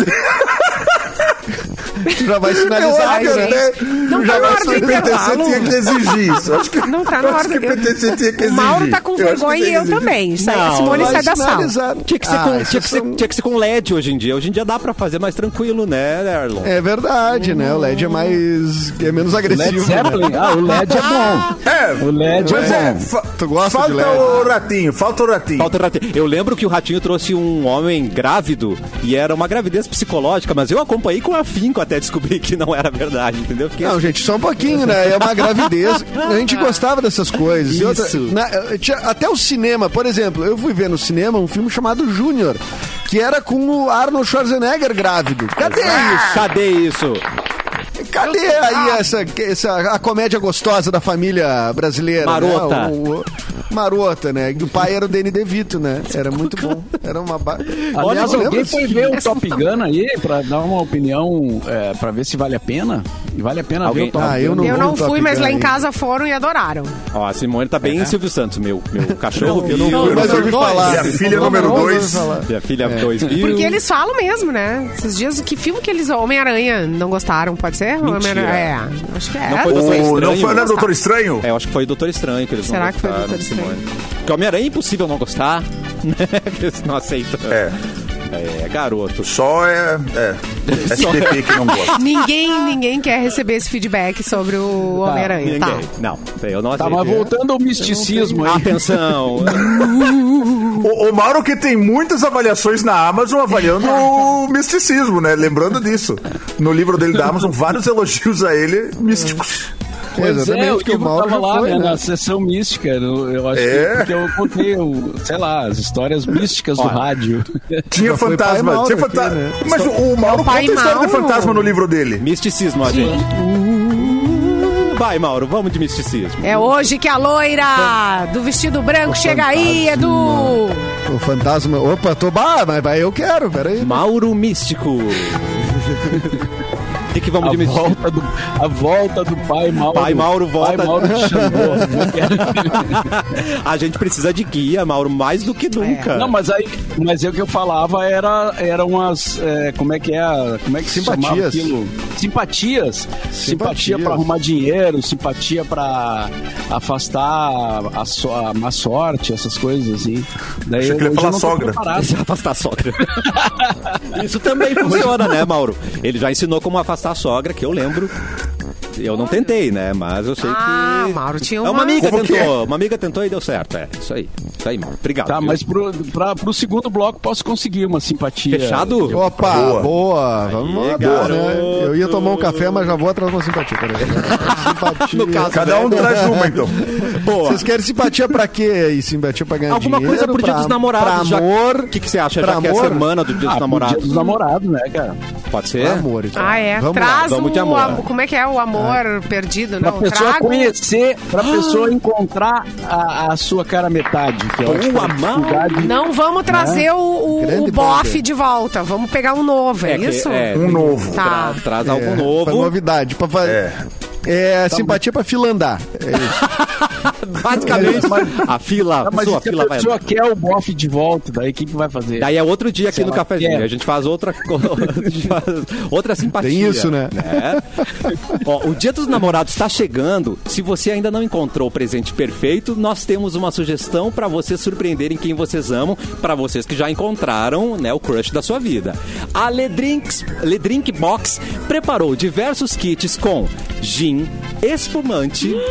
Já vai sinalizar,
Eu acho
né?
que é até-
Não
já
tá na
acho
hora do
que o PTC
intervalo.
tinha que exigir isso. Acho que,
Não tá
eu
na
acho
hora
que o PTC tinha que
O
exigir.
Mauro tá com
Eu acho que
vergonha
tem
e
que
eu
exigir.
também. Sai-
Não,
Simone
vai
sai da sala.
sinalizar.
Tinha que, ser
Ah,
com,
isso
tinha, que ser,
são-
tinha que ser com LED hoje em dia. Hoje em dia dá pra fazer mais tranquilo, né, Erlon?
É verdade, né? O LED é mais. é menos
Led
agressivo. né?
Zeppelin? Ah, o LED é bom.
É,
O LED
mas
é
é.
bom.
fa-
Tu gosta
falta
de LED?
o ratinho, falta o ratinho.
Falta ratinho. Eu lembro que o Ratinho trouxe um homem grávido e era uma gravidez psicológica, mas eu acompanhei com afinco até descobrir que não era verdade, entendeu? Fiquei assim,
Não, gente, só um pouquinho, né? É uma gravidez. A gente gostava dessas coisas. E outra-
Isso.
na- eh, tinha- até o cinema, por exemplo, eu fui ver no cinema um filme chamado Júnior, que era com o Arnold Schwarzenegger grávido. Cadê isso?
Cadê isso?
Cadê aí essa, essa a comédia gostosa da família brasileira?
Marota.
Né? O- o- marota, né? O pai era o Danny DeVito, né? Era muito bom. Era uma. Ba...
Olha,
Aliás,
se alguém
lembra-
foi ver o Top Gun aí pra dar uma opinião, é, pra ver se vale a pena. E vale a pena ver o
Alguém-
Top
Ah,
Gun.
eu não,
Eu não
vou
tá
no
fui,
Top
mas
Gun
lá em
ainda.
casa foram e adoraram.
Ó, a Simone tá bem Silvio Santos, meu, meu cachorro viu.
Não fui, mas eu ouvi
Minha
falar.
Minha filha
Não,
número
não ouvi
dois.
falar. é,
Minha filha dois mil.
Porque eles falam mesmo, né? Esses dias, que filme que eles... Homem-Aranha não gostaram, pode ser? Homem-Aranha- É, acho que é.
Não foi
O-
Doutor
não
Estranho.
foi o Doutor Estranho?
É, eu acho que foi o Doutor Estranho que eles não
Será que foi o
gostaram,
Doutor Estranho?
Simone. Porque Homem-Aranha é impossível não gostar, [LAUGHS] né? Que eles não aceitam.
É.
É, garoto.
Só é, é SBT que não
[LAUGHS]
gosta.
Ninguém, ninguém quer receber esse feedback sobre o Homem-Aranha, tá?
Ninguém. Não, eu não Ah,
Tá,
aceito.
mas voltando ao misticismo aí.
Atenção.
O, o Mauro que tem muitas avaliações na Amazon avaliando o misticismo, né? Lembrando disso. No livro dele da Amazon, vários elogios a ele místicos.
[LAUGHS] Pois é, o
Exatamente, né? que o
livro
Mauro
tava
já
lá,
foi,
né,
né?
na sessão mística, eu, eu acho
É.
que, porque eu contei, o- sei lá, as histórias místicas do rádio.
Tinha
foi pai
fantasma.
Mauro
Tinha
aqui,
fantasma.
né?
Mas o, o Mauro conta a
pai
história do
Mauro.
fantasma no livro dele.
misticismo, ó, gente. Vai, Mauro, vamos de misticismo.
É hoje que a loira do vestido branco chega aí, Edu!
O fantasma. Opa, tô. Bah, mas vai, eu quero, peraí.
Mauro Místico.
[LAUGHS]
O que, que vamos
A
de misticismo?
volta, do, a volta do pai Mauro.
Pai Mauro volta.
Pai Mauro de Xangô.
[LAUGHS] A gente precisa de guia, Mauro, mais do
É.
que nunca.
É.
Não, mas aí, mas aí o que eu falava era, eram as, é, como é que é, a- como é que se chamava
Simpatias.
aquilo? Simpatias. Simpatia
Simpatias.
pra arrumar dinheiro, simpatia pra afastar a, so- a má sorte, essas coisas assim. Daí
Achei que ele ia
hoje
falar
eu não tô
sogra.
[LAUGHS]
preparado.
Você afastar a sogra. [LAUGHS] Isso também funciona, né, Mauro? Ele já ensinou como afastar a sogra, que eu lembro. Eu não tentei, né? Mas eu sei
Ah,
que.
Mauro tinha
É
uma-
uma amiga
Como que
tentou.
é?
Uma amiga tentou e deu certo. É, isso aí. Isso aí, Mauro. Obrigado.
Tá,
viu?
mas pro, pra, pro segundo bloco posso conseguir uma
é,
simpatia.
Fechado?
Opa,
Boa.
boa. Vamos
Aí,
lá,
garoto.
né? Eu ia tomar um café, mas já vou atrás de uma simpatia. peraí. simpatia.
No caso,
Cada um traz uma, então.
Boa.
Vocês querem simpatia pra quê? E simpatia pra ganhar
Alguma
dinheiro?
coisa pro dia
pra-
dos namorados.
Pra amor.
O que, que você acha? Já
Pra
que é a
amor?
semana do dia dos
Ah, pro Dia
namorados.
dos namorados, né, cara?
Pode ser?
Pra amor, então.
Ah, é.
Vamos lá.
Traz
vamos de
o
amor.
am- Como é que é o amor perdido?
Pra
Não,
pessoa
trago. Ah!
conhecer, pra pessoa encontrar a, a sua cara metade. Que eu acho que é uma
Mão.
dificuldade
Não vamos trazer
Né?
o, o,
Grande
o bofe
banda.
de volta. Vamos pegar um novo, é,
que-
isso?
é,
Um novo.
Tá.
Traz
É,
algo
Pra
novo.
novidade. Pra fazer.
É.
É, simpatia pra filandar. É isso. [LAUGHS]
Basicamente,
É,
Mas-
a fila,
Ah, Mas
sua
se
fila
a
vai.
pessoa quer o bofe de volta, daí o que, que vai fazer?
Daí é outro dia aqui
Se
no
ela
cafezinho.
é.
quer.
A gente faz outra, co- [LAUGHS] a gente faz outra simpatia.
Tem isso, né?
Ó, o Dia dos Namorados está chegando. Se você ainda não encontrou o presente perfeito, nós temos uma sugestão para vocês surpreenderem quem vocês amam, para vocês que já encontraram né, o crush da sua vida. A Ledrinks, Ledrink Box preparou diversos kits com gin, espumante. [GASPS]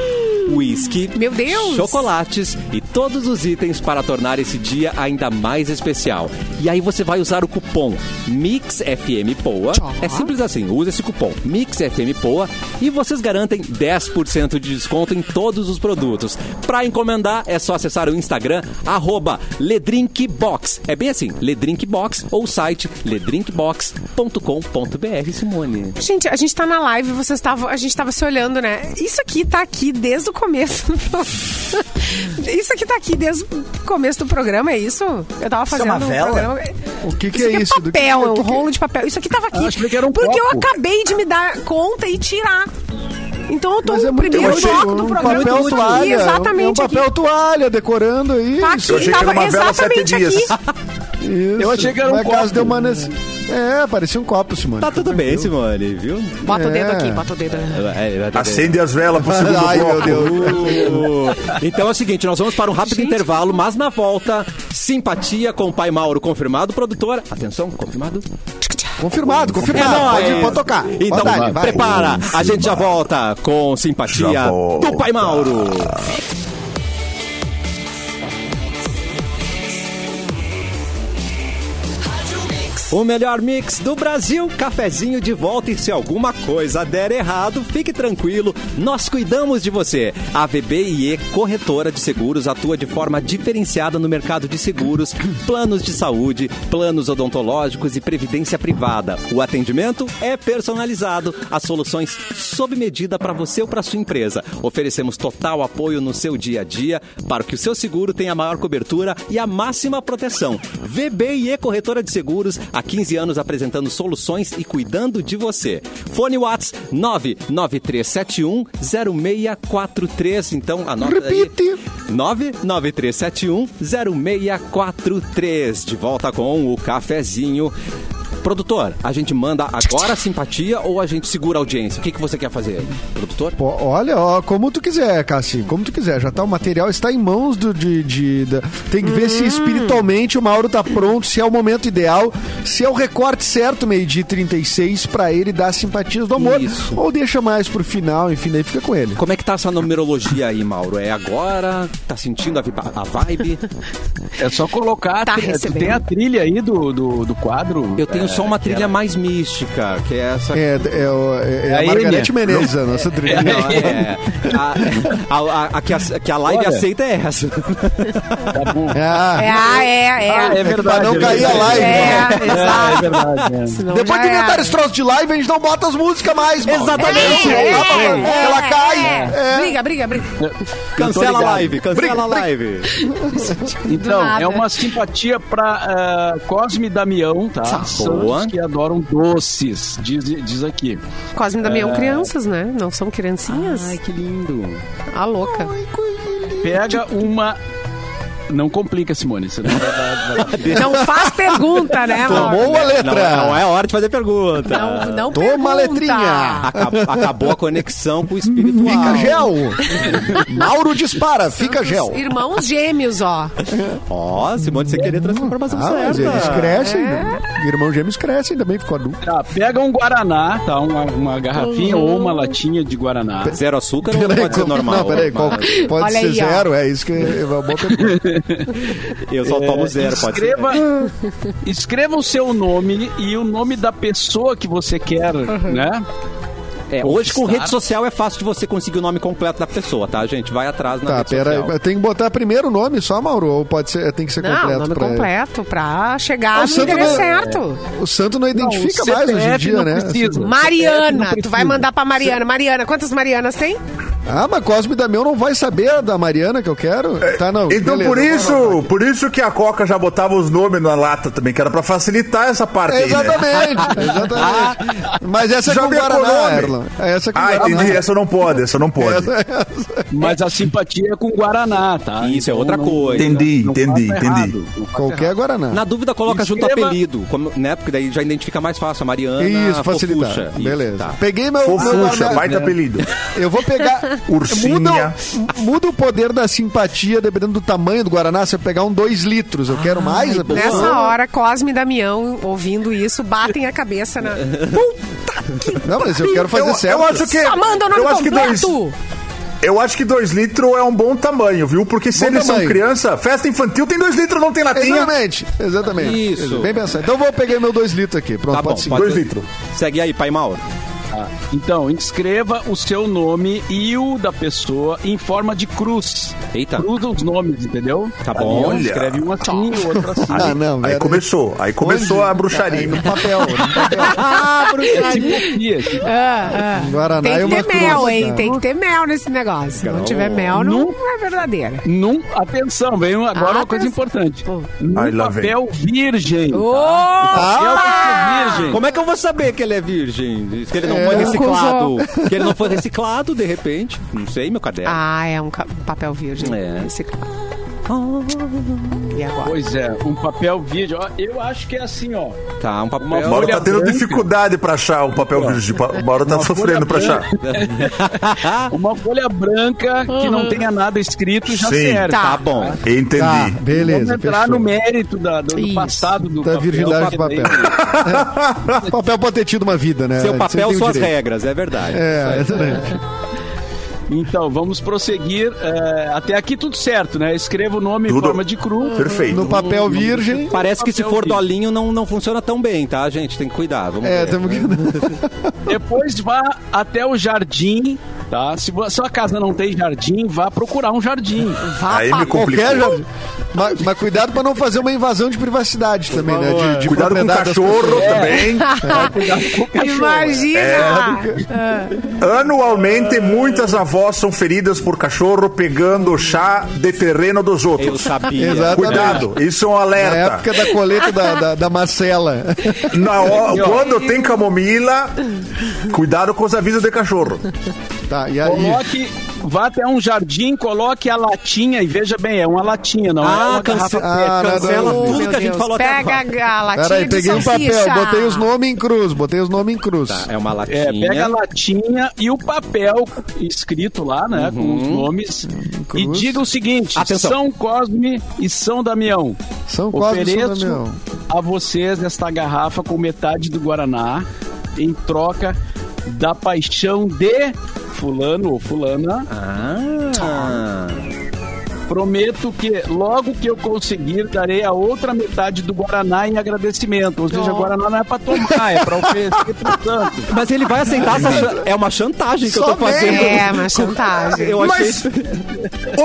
Whisky,
Meu Deus!
chocolates e todos os itens para tornar esse dia ainda mais especial. E aí você vai usar o cupom MixFMPoa.
Tchau.
É simples assim, usa esse cupom MixFMPoa e vocês garantem 10% de desconto em todos os produtos. Para encomendar é só acessar o Instagram arroba ledrinkbox. É bem assim, ledrinkbox ou o site ledrinkbox.com.br, Simone.
Gente, a gente tá na live, vocês estavam, a gente tava se olhando, né? Isso aqui tá aqui desde o começo. [LAUGHS] isso aqui tá aqui desde o começo do programa, é isso? Eu tava
é
fazendo
uma
um
vela?
programa.
O que que
isso
é
aqui
isso?
É
Do que-
papel, é
o
um
que Ah, que-
rolo de papel. Isso aqui tava aqui.
Eu achei que era um
porque eu
copo.
acabei de me dar conta e tirar. Então eu tô
Mas é
no
muito
primeiro
útil,
bloco do
um
programa.
papel
aqui,
toalha, é um
exatamente
papel
aqui.
toalha decorando aí.
Tá
isso,
Eu achei que era
Tava
uma vela sete
exatamente
dias.
aqui.
isso.
Eu achei que era um
Não é
copo.
caso de uma nesse- É, parecia um copo, Simone.
Tá tudo bem, Simone, viu? Assim,
Bota o dedo
É.
aqui, bota o dedo.
é,
Acende as velas pro segundo
Ai, meu
bloco.
Deus.
Uh, [LAUGHS] então é o seguinte, nós vamos para um rápido
Gente.
intervalo, mas na volta, simpatia com o pai Mauro confirmado, produtora. Atenção, confirmado.
Confirmado, confirmado.
É nóis.
É, pode, pode tocar.
Então,
Pode dar, vai.
prepara, a gente já volta com simpatia
Já volta.
do pai Mauro. O melhor mix do Brasil, cafezinho de volta e se alguma coisa der errado, fique tranquilo, nós cuidamos de você. A VBIE Corretora de Seguros atua de forma diferenciada no mercado de seguros, planos de saúde, planos odontológicos e previdência privada. O atendimento é personalizado, as soluções sob medida para você ou para sua empresa. Oferecemos total apoio no seu dia a dia para que o seu seguro tenha a maior cobertura e a máxima proteção. VBIE Corretora de Seguros, há 15 anos apresentando soluções e cuidando de você. Fone Whats 993710643. Então anota
Repite.
aí. 993710643. De volta com o cafezinho. Produtor, a gente manda agora a simpatia ou a gente segura a audiência? O que, que você quer fazer, produtor?
Pô, olha, ó, como tu quiser, Cassi, como tu quiser. Já tá, o material está em mãos do de, de- da- tem que ver se espiritualmente o Mauro tá pronto, se é o momento ideal, se é o recorte certo, meio-dia e 36 pra ele dar simpatias do amor
Isso.
ou deixa mais pro final, enfim, daí fica com ele.
Como é que tá essa numerologia aí, Mauro? É agora? Tá sentindo a, vi- a vibe?
É só colocar. a
Tá
trilha- tu
recebendo.
tem a trilha aí do, do, do quadro.
Eu tenho
É,
só uma trilha mais mística, que é essa.
É, é, o- é- é
É
a
ele,
Margarete
né?
Menezes, a nossa trilha.
Não, é- a, a- a- a que a- que a live
Olha.
aceita é essa.
Tá bom.
Ah,
É, ah, é, é.
Ah, é verdade.
não
é
cair a
verdade.
live,
É,
[LAUGHS] É, é
exato.
verdade. é.
Senão Então
Depois
já
que
era.
inventar esse troço de live, a gente não bota as músicas mais, Mauro.
Exatamente.
É, isso que eu tava falando.
Ah, tá É,
Ela
é,
cai.
é. Briga, briga, briga.
Cancela a
ligado.
live, cancela a live.
Então,
nada.
é uma simpatia para Cosme e Damião, tá?
Tá,
Santos
boa.
que adoram doces, diz, diz aqui.
Cosme da Meião, crianças, né? Não são criancinhas.
que lindo.
A louca.
Pega uma. Não complica, Simone. Você não vai dar- vai-
Não faz pergunta, né, Mauro?
Tomou a letra.
Não, não é hora de fazer pergunta.
Não, não
Toma
pergunta.
a letrinha.
Acab- Acabou a conexão com o espiritual.
Fica gel. Mauro dispara, fica gel.
Irmãos gêmeos, ó.
Ó, Simone, você queria trazer a informação
Ah, mas eles
certa.
crescem. né? Irmão gêmeos crescem também, ficou adulto.
Tá, pega um Guaraná, tá? Uma, uma garrafinha ou uma latinha de Guaraná.
Zero açúcar ou pode ser
qual-
normal?
Não, peraí, qual- pode
Olha
ser
aí, ó.
zero, é isso que é uma boa pergunta.
Eu só tomo zero, pode ser.
Escreva,
né?
[LAUGHS] escreva o seu nome e o nome da pessoa que você quer,
Uhum.
né?
É, hoje com
Conquistar.
rede social é fácil de você conseguir o nome completo da pessoa, tá, gente? Vai atrás na
Tá,
rede
pera
social.
aí. Tem que botar primeiro o nome só, Mauro? Ou pode ser, tem que ser
Não,
completo?
nome
pra-
completo, pra chegar
Ah,
no
Santo
endereço
não-
certo.
O santo não identifica
Não, o
mais hoje em
CPF
dia,
não
né?
precisa.
Assim,
Mariana,
É. Não
tu vai
precisa.
mandar pra Mariana. Mariana, quantas Marianas tem?
Ah, mas Cosme Damião não vai saber da Mariana que eu quero? Tá, não.
Então
beleza, vamos
por
lá.
isso, por isso que a Coca já botava os nomes na lata também, que era pra facilitar essa parte aí, né?
Exatamente, exatamente. Mas essa é
Já
com
me
Guaraná,
acolheu,
Erlan. Essa é com
Ah,
Guaraná.
entendi. Essa não pode, essa não pode.
é
Mas a simpatia é com Guaraná, tá?
Isso é outra coisa.
Entendi, entendi,
faça
entendi.
errado, não faça
Qualquer Guaraná.
Na dúvida, coloca junto
Escreva-
apelido, como, né? Porque daí já identifica mais fácil. A Mariana.
Isso, facilitar.
Fofucha. Isso,
Beleza.
tá.
Peguei meu, meu
Fofuxa,
Guaraná.
baita apelido.
Eu vou pegar.
Ursinha.
Muda, o- muda o poder da simpatia dependendo do tamanho do Guaraná. Se eu pegar um 2 litros, eu quero mais. a pessoa-
Nessa hora, Cosme e Damião, ouvindo isso, batem a cabeça na.
Não, mas eu quero fazer
Eu- eu
certo.
acho que-
Só manda o nome
Eu acho que dois-
completo!
Eu acho que 2 litros é um bom tamanho, viu? Porque se
Bom
eles são
tamanho.
criança, festa infantil tem 2 litros, não tem latinha.
Exatamente, exatamente.
Isso.
Bem pensado. Então eu vou pegar meu 2 litros aqui. Pronto,
Tá bom,
pode seguir.
pode
Dois
ser.
litros.
Segue aí, Pai Mauro.
Ah, Então, inscreva o seu nome e o da pessoa em forma de cruz.
Eita.
Cruza os nomes, entendeu?
Tá
[LAUGHS]
bom.
Damião,
Olha.
Escreve um assim, o outro assim.
Ah, não,
Aí
velho.
começou, aí começou
Onde?
a bruxaria.
No papel, no papel.
É simpatia, simpatia.
Ah, ah.
Guaraná
Tem
é
que
uma
ter mel,
cruz,
hein?
tá?
Tem que ter mel nesse negócio. Se não tiver mel, não, é verdadeira.
Num, atenção, vem agora uma coisa
Atenção.
importante.
Hum.
Ai,
Num
lá vem.
papel virgem. tá?
Ô!
Papel que é virgem.
Como é que eu vou saber que ele é virgem? Diz Que ele
É.
não foi reciclado. Que ele não foi reciclado, de repente. Não sei, meu caderno.
Ah, é um ca- um papel virgem.
É.
Esse ca- E agora?
Pois é, um papel virgem. Ó, Eu acho que é assim, ó.
Tá, um
Uma
papel.
Mauro
Olha
tá tendo
branca.
dificuldade pra achar o papel virgem. Pa- Mauro tá sofrendo pra achar.
Ah.
Uma folha branca que não tenha nada escrito já
Sim.
serve.
Tá.
Tá bom.
Entendi.
Tá,
Vamos
beleza.
entrar no
fechou.
mérito da- do, do
Isso.
passado do
Da
papel.
virgindade do papel. [LAUGHS] Papel pode ter tido uma vida, né?
Seu
Vocês
papel,
têm o
suas
direito.
regras, é verdade.
É, exatamente.
Então, vamos prosseguir. é, até aqui tudo certo, né? Escreva o nome em
Tudo.
forma de cruz.
Perfeito.
Tá. No papel virgem.
Parece que se
Papel
for
virgem.
dolinho não, não funciona tão bem, tá, gente? Tem que cuidar. Vamos
É,
ver.
temos que.
Depois vá até o jardim, tá? Se vo- sua casa não tem jardim, vá procurar um jardim.
Aí me complicou.
Ah, Qualquer jardim. Mas, mas cuidado pra não fazer uma invasão de privacidade também, né? De, de
Cuidado com o
propriedade das
cachorro
pessoas. É.
também.
Vai cuidar do cachorro.
Imagina!
Anualmente, muitas avós são feridas por cachorro pegando o chá de terreno dos
Eu
outros.
sabia.
Exato.
Cuidado, isso é um
Na
alerta.
época da coleta da, da, da Marcela. [LAUGHS]
Na hora- quando tem camomila, cuidado com os avisos de cachorro.
Tá, e aí?
Coloque, vá até um jardim, coloque a latinha e veja bem, é uma latinha, não é
Ah,
uma
cance-
garrafa.
Ah,
é, cancela
não, não.
tudo
Meu
que a gente
Deus,
falou até
Pega
agora.
a latinha
Peraí,
de
peguei um
salsicha.
papel, botei os nomes em cruz, botei os nomes em cruz.
Tá, é uma latinha.
É, pega a latinha e o papel escrito lá, né, com os nomes, e
Cruz.
diga o seguinte,
Uhum. Atenção.
São Cosme e São Damião,
São Cosme e São
ofereço
Damião.
a vocês esta garrafa com metade do Guaraná, em troca da paixão de fulano ou fulana,
Ah.
Prometo que logo que eu conseguir, darei a outra metade do Guaraná em agradecimento. Ou seja,
Oh.
Guaraná não é pra tomar, é pra oferecer pro santo.
[LAUGHS] Mas ele vai aceitar essa. chan- É uma chantagem que eu
Só
tô fazendo.
É, uma chantagem.
Eu achei.
Mas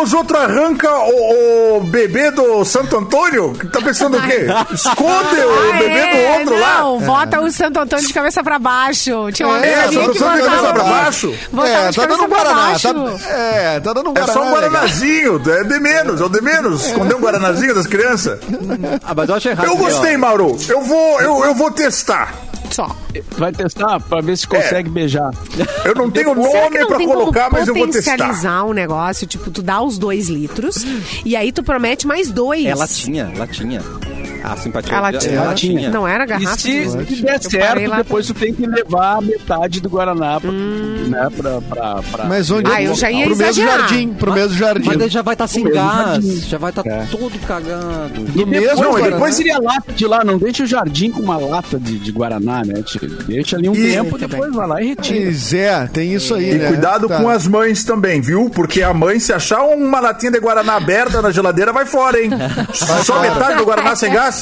os outros arrancam o, o bebê do Santo Antônio? Tá pensando o quê? Esconde o
Ah,
bebê do
é?
outro lá?
não, bota o Santo Antônio de cabeça pra baixo. Tinha uma
É,
É,
amiga
só
Santo
minha que
não
Antônio
de
botava-
cabeça pra baixo.
Botava de
tá dando
cabeça
um
pra
Guaraná.
baixo.
Tá, é, tá dando um
É
Guaraná.
só um
legal.
guaranazinho, é de menos, é o de menos. Esconder um guaranazinho das crianças.
Ah, mas eu achei errado.
Eu gostei, Mauro. Eu vou, eu, eu vou testar.
Só.
Vai testar pra ver se consegue beijar.
Eu não tenho
Será que
um nome
não
pra
tem como
colocar, mas eu vou testar.
potencializar um negócio, tipo, tu dá os dois litros e aí tu promete mais dois.
É latinha, latinha. A simpatia.
A latinha.
É latinha.
Não era garrafa?
E se,
de-
se der
Eu parei
certo,
lá.
depois tu tem que levar a metade do Guaraná pra, né, pra, pra, pra-
Mas onde?
Hum.
é?
é
Ah, eu já ia
pro mesmo
exagerar.
jardim, pro mesmo
Mas daí
jardim.
já vai estar sem
Mesmo
gás,
jardim.
já vai estar todo cagado.
E
Do mesmo
depois,
Guaraná.
depois iria a lata de lá, não deixa o jardim com uma lata de, de Guaraná, né? Te- Deixa ali um
E-
tempo, depois vai lá e retira.
Pois é, tem isso aí,
E
né?
cuidado
Tá.
com as mães também, viu? Porque a mãe, se achar uma latinha de Guaraná aberta na geladeira, vai fora, hein? Só
fora.
metade do Guaraná sem gás?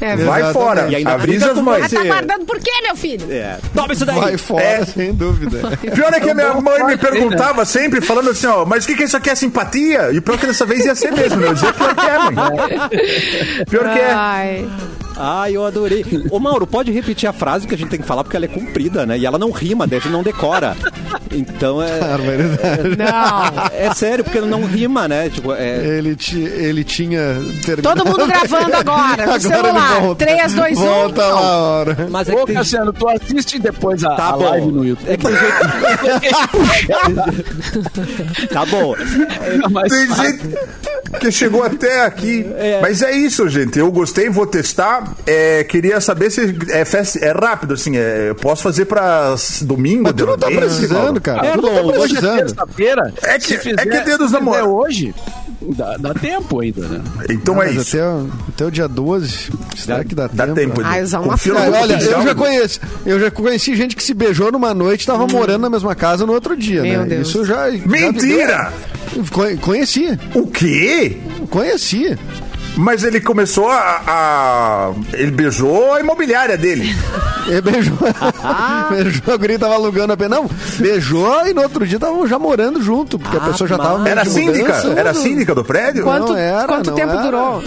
É
vai
verdade.
fora.
E ainda
Avisa
brinca
as
com
mães.
Ah,
você.
tá guardando por quê, meu filho?
É. Toma isso daí.
Vai fora,
É.
sem dúvida.
Pior é que
um
a minha
bom
mãe me
corte, né?
perguntava sempre, falando assim, ó, mas o que, que isso aqui é
[LAUGHS]
Ah,
simpatia? E pior que dessa vez ia ser mesmo, né? Eu dizia pior que é, mãe. Pior que é.
Ai.
Ai, eu adorei. Ô, Mauro, pode repetir a frase que a gente tem que falar, porque ela é comprida, né? E ela não rima, daí a gente não decora. Então é.
Barbaridade.
Não.
É sério, porque não rima, né? Tipo, é.
Ele, ti- ele tinha terminado.
Todo
[LAUGHS]
mundo gravando agora, no celular. um. 3, 2, 1.
Volta lá, a hora.
Mas é
Ô,
que tem.
Cassiano, tu assiste depois a,
Tá
a
bom.
live no YouTube.
É que tem jeito. tá bom.
[LAUGHS] Fica mais
Tem
fácil.
gente que chegou até aqui. Mas é isso, gente. Eu gostei, vou testar. É, queria saber se é, festa- é rápido, assim. é, eu posso fazer pra s- domingo?
Mas tu não tá
de repente,
precisando,
Mauro?
cara.
É
tu não tá
longo,
Hoje é
precisando.
terça-feira.
É que-
se
é que é dia dos
se fizer
namorados.
hoje, dá, dá tempo ainda, né?
Então é
Mas
isso.
até, o- até o dia 12, será que dá,
Dá tempo.
cara?
Ah, usar uma
Confia no
Cara,
fralda.
olha, eu
potencial.
já conheço. Eu já conheci gente que se beijou numa noite e tava morando na mesma casa no outro dia,
Hum. Meu
né?
Deus.
Isso já. já me
Mentira!
deu- Con- Conheci,
O quê?
conheci.
Mas ele começou a, a- Ele beijou a imobiliária dele.
Ele beijou.
Ah.
[LAUGHS] beijou, a guria tava alugando a pena. Não, beijou e no outro dia estavam já morando junto, porque a pessoa já tava.
Era a
de
síndica?
mudança.
Era a síndica do prédio?
Ah, Quanto,
era,
quanto
não
tempo
era.
durou?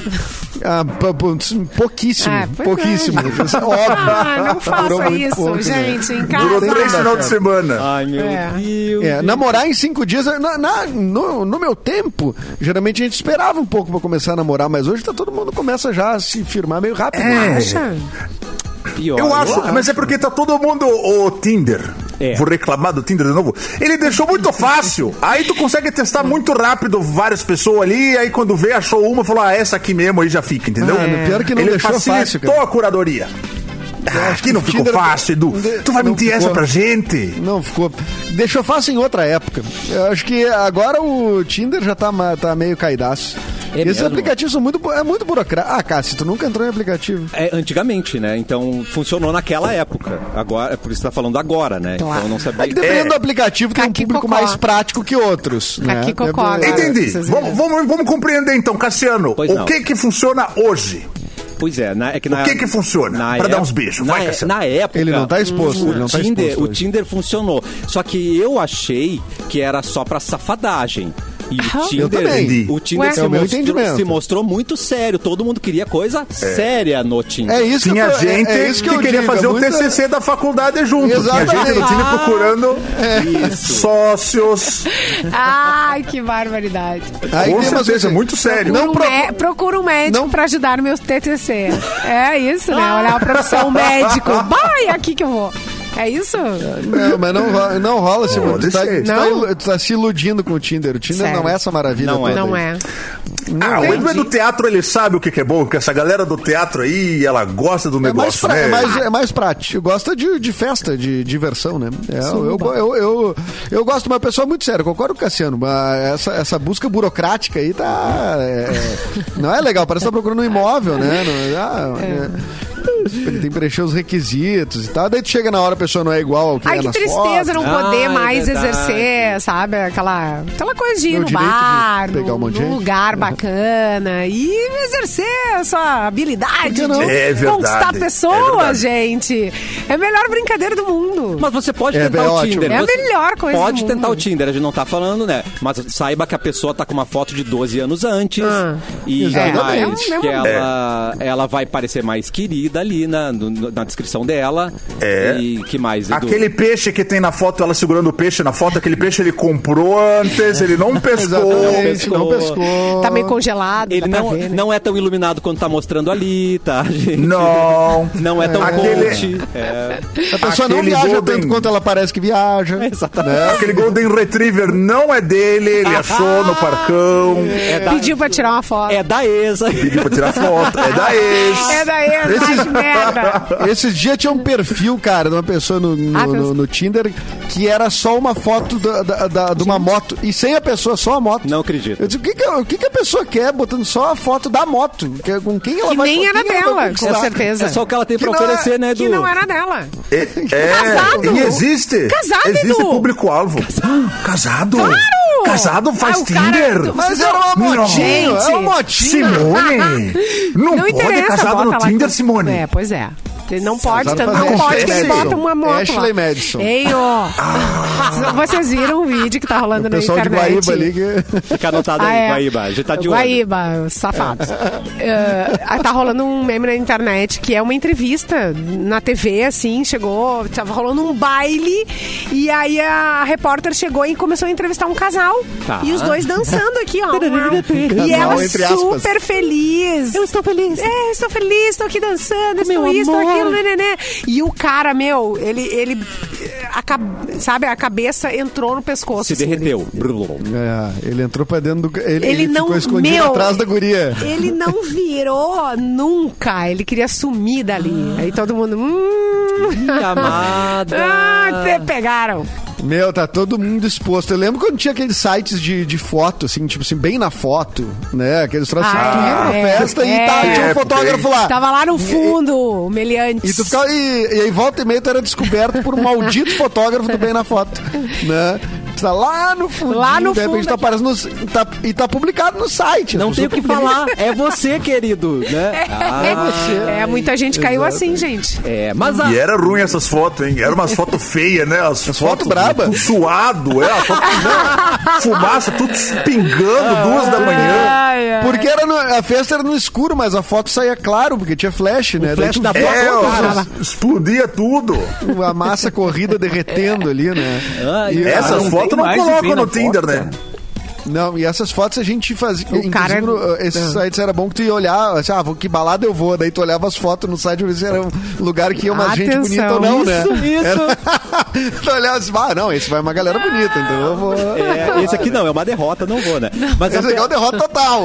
Ah, po- po- pouquíssimo,
Ah, pois é,
pouquíssimo. Isso é óbvio.
Ah, não
Durou
faça
muito
isso,
pouco, né?
gente. Em casa.
Durou três final de
Ah,
semana.
Ai, meu
É.
Deus.
É, namorar em cinco dias, é, na- na- no, no meu tempo, geralmente a gente esperava um pouco pra começar a namorar, mas hoje tá todo mundo começa já a se firmar meio rápido.
É.
Poxa,
Pior.
Eu acho, mas é porque tá todo mundo o Tinder.
É.
Vou reclamar do Tinder de novo. Ele
[LAUGHS]
deixou muito fácil. Aí tu consegue testar muito rápido várias pessoas ali. Aí quando vê, achou uma, falou: Ah, essa aqui mesmo, aí já fica, entendeu?
Ah, mas pior que não
Ele
deixou
facilitou
fácil, cara.
a curadoria. Ah,
acho
aqui
que
não
o
ficou
Tinder-
fácil, Edu.
Não
Tu vai mentir
ficou.
essa pra gente?
Não, ficou. Deixou fácil em outra época. Eu acho que agora o Tinder já tá, ma- tá meio caidaço.
É
Esses
mesmo?
aplicativos são muito, bu- é muito burocrático. Ah, Cássio, tu nunca entrou em aplicativo.
É, antigamente, né? Então funcionou naquela época. Agora, é por isso que tá falando agora, né?
Claro.
Então não sabia.
É que dependendo
É.
do aplicativo, tem um
Caqui
público
cocó.
mais prático que outros. Né?
Caqui cocó,
Deve-
né?
Entendi.
vocês
Vamos, vamos, vamos compreender então, Cassiano.
Pois
o
não.
que que funciona hoje?
Pois é, na, é que na,
que que funciona?
na
Pra dar
ép-
uns beijos,
Na,
vai,
é-
Cassiano.
na época.
Ele não tá exposto,
O
ele não tá
Tinder,
exposto
o
hoje.
Tinder funcionou. Só que eu achei que era só pra safadagem. E o
Aham.
Eu também.
Tinder, o Tinder
Ué?
se,
É o
meu
mostrou,
entendimento.
se mostrou muito sério. Todo mundo queria coisa séria no Tinder.
É isso
Tinha
que eu tô- é-
gente
é isso
que,
eu
queria
digo, é
fazer
muita-
o TCC da faculdade junto. Tinha gente do
Exatamente. Ah.
time procurando sócios.
Ai, que barbaridade.
Aí
Com
tem umas
certeza,
vezes-
muito sério.
Não
Procura um
pro-
mé- procura um médico
não-
pra ajudar no meu TTC. É isso, né? Olhar a profissão
[LAUGHS]
médico. Vai, aqui que eu vou. É isso?
Não, mas não rola, não rola Simone.
Pode
Tu tá,
ser.
tu tá
Não?
ilu- tu tá se iludindo com o Tinder. O Tinder
Sério.
não é essa maravilha
Não é.
toda
Não
aí.
é.
Ah, o Edu é do teatro, ele sabe o que, que é bom, porque essa galera do teatro aí, ela gosta do
É mais,
negócio,
pra, é,
né?
mais, é mais prático. Gosta de, de festa, de diversão, né? É, eu, eu, eu, eu, eu gosto de uma pessoa muito séria, concordo com o Cassiano. mas Essa, essa busca burocrática aí tá. é, não é legal, parece que tá procurando um imóvel, né? Não-
É.
ah, é. Tem que preencher os requisitos e tal. Daí tu chega na hora, a pessoa não é igual ao que
Ai,
é
que
nas
tristeza não
fotos.
poder
Ai,
mais
verdade.
exercer, sabe? Aquela, aquela coisa de ir
Meu
no
direito de
bar,
pegar um
num,
monte de
num
gente.
lugar bacana e exercer a sua habilidade de
não?
É verdade,
conquistar
é
pessoas,
verdade.
gente. É a melhor brincadeira do mundo.
Mas você pode
É,
tentar
é
o
ótimo.
Tinder.
É a
Você
melhor coisa
Pode
do mundo.
tentar o Tinder, a gente não tá falando, né? Mas saiba que a pessoa tá com uma foto de 12 anos antes.
Ah.
e
Exatamente.
vai-
É, é o
mesmo- né?
que ela,
É.
ela vai parecer mais querida ali na, no- na descrição dela.
É.
E que mais, Edu?
Aquele peixe que tem na foto, ela segurando o peixe na foto, aquele peixe ele comprou antes,
[LAUGHS]
ele não pescou.
Exatamente, É, não
pescou.
pescou.
Tá meio congelado,
Ele
dá pra
não,
ver, né?
não é tão iluminado quanto tá mostrando ali, tá? [LAUGHS] gente?
Não.
Não é tão
Aquele-
coach. É.
A pessoa não
Aquele
viaja
Golden-
tanto quanto ela parece que viaja.
Exatamente.
É Aquele Golden Retriever não é dele, ele
Ah,
achou no parcão.
É da,
Pediu pra tirar uma foto.
é da exa.
Pediu pra tirar foto, é da ex.
É daí, é mais merda.
Esses dias tinha um perfil, cara, de uma pessoa no, no,
Ah,
no- no Tinder que era só uma foto da, da- da- de uma moto. E sem a pessoa, só a moto.
Não acredito.
Eu disse, o que, que, a- o que que a pessoa quer botando só a foto da moto? Que- é com quem ela
Que
vai
nem
com
era
quem ela vai
dela,
conquistar?
com certeza.
[LAUGHS] É só o que ela tem pra
Que não é-
oferecer, né, Edu?
Que não era dela.
É,
Casado.
E existe.
Casado,
Existe
Edu.
público-alvo. Casado. Casado faz
Ah, o cara-
Tinder.
Mas era uma
Não.
motinho, era
Gente.
uma
[LAUGHS]
motinho.
Simone. Não,
Não
pode
interessa.
casado
bota
no
lá
Tinder,
que- tá-
Simone.
É, pois é. Ele não pode,
Vamos
tanto
fazer
não pode
Ashley
que ele
Madison.
bota uma moto.
Ashley
lá.
Madison.
Ei, ó.
Ah.
Vocês viram o vídeo que tá rolando
O
na
pessoal de
internet?
Guaíba ali que... [LAUGHS]
Fica anotado
Ah,
aí,
é.
Guaíba. A gente tá de olho. É.
Guaíba, safado. [LAUGHS] Eh, tá rolando um meme na internet que é uma entrevista na TV, assim, chegou, tava rolando um baile e aí a repórter chegou e começou a entrevistar um casal.
Tá.
E os dois dançando
[LAUGHS]
aqui, ó. e
Casal,
ela
entre aspas.
super feliz. Eu estou feliz. É, eu estou feliz, estou aqui dançando, estou isso, estou aquilo, né, né, né. E o cara, meu, ele, ele eh, a cab- sabe, a cabeça entrou no pescoço.
Se
assim,
derreteu.
É, ele entrou pra dentro do... Ele,
Ele
ele
não-
ficou escondido
meu,
atrás da guria.
Ele não virou nunca. Ele queria sumir dali. Aí todo mundo. Hum.
Amada.
Ah, te pegaram.
Meu, tá todo mundo exposto. Eu lembro quando tinha aqueles sites de, de foto, assim, tipo assim, bem na foto, né? Aqueles troços
Ah,
assim, tu ia pra
é,
festa
é.
e tá, tinha
É,
um fotógrafo lá.
Tava lá no fundo, o meliante.
E tu ficava, e, e aí volta e meia tu era descoberto por
[LAUGHS]
um maldito fotógrafo do bem na foto, né? Tu tá lá no fundo,
Lá no
de repente
fundo
tu aparece no, tá, e tá publicado no site.
Não
As
tem o
pessoas
que falar. É você, querido. Né?
é, muita gente caiu assim, gente.
É, mas a...
E era ruim essas fotos, hein? Era umas fotos feias, né? As,
fotos
fotos
braba.
Tudo suado, é. a foto- não, fumaça, tudo pingando, duas da manhã.
Ai, ai.
Porque era no- a festa era no escuro, mas a foto saía claro, porque tinha flash, né? Daí
flash
tu
da
via
É,
todas
ó,
as-
explodia tudo.
a massa corrida derretendo ali, né?
[LAUGHS] Ah,
E-
essa-
Essas
não tem
fotos não
mais bem
colocam
na
no Tinder,
foto,
né?
Não, e essas fotos a gente fazia. Inclusive,
cara-
no- eh, esses sites era bom que tu ia olhar, assim, ah, vou- que balada eu vou. Daí tu olhava as fotos no site pra ver se era um lugar que ia uma gente
Atenção,
bonita ou não, né?
isso, isso.
[LAUGHS] tu olhava assim, ah, não, esse vai uma galera bonita, então eu vou.
É, esse aqui não, é uma derrota, não vou, né? Mas
Esse
ape-
aqui é uma derrota total.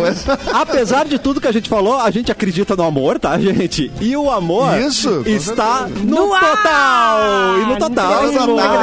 apesar de tudo que a gente falou, a gente acredita no amor, tá, gente? E o amor
Isso, com
está no,
No ar!
total! E no total,
No
Simone.
total.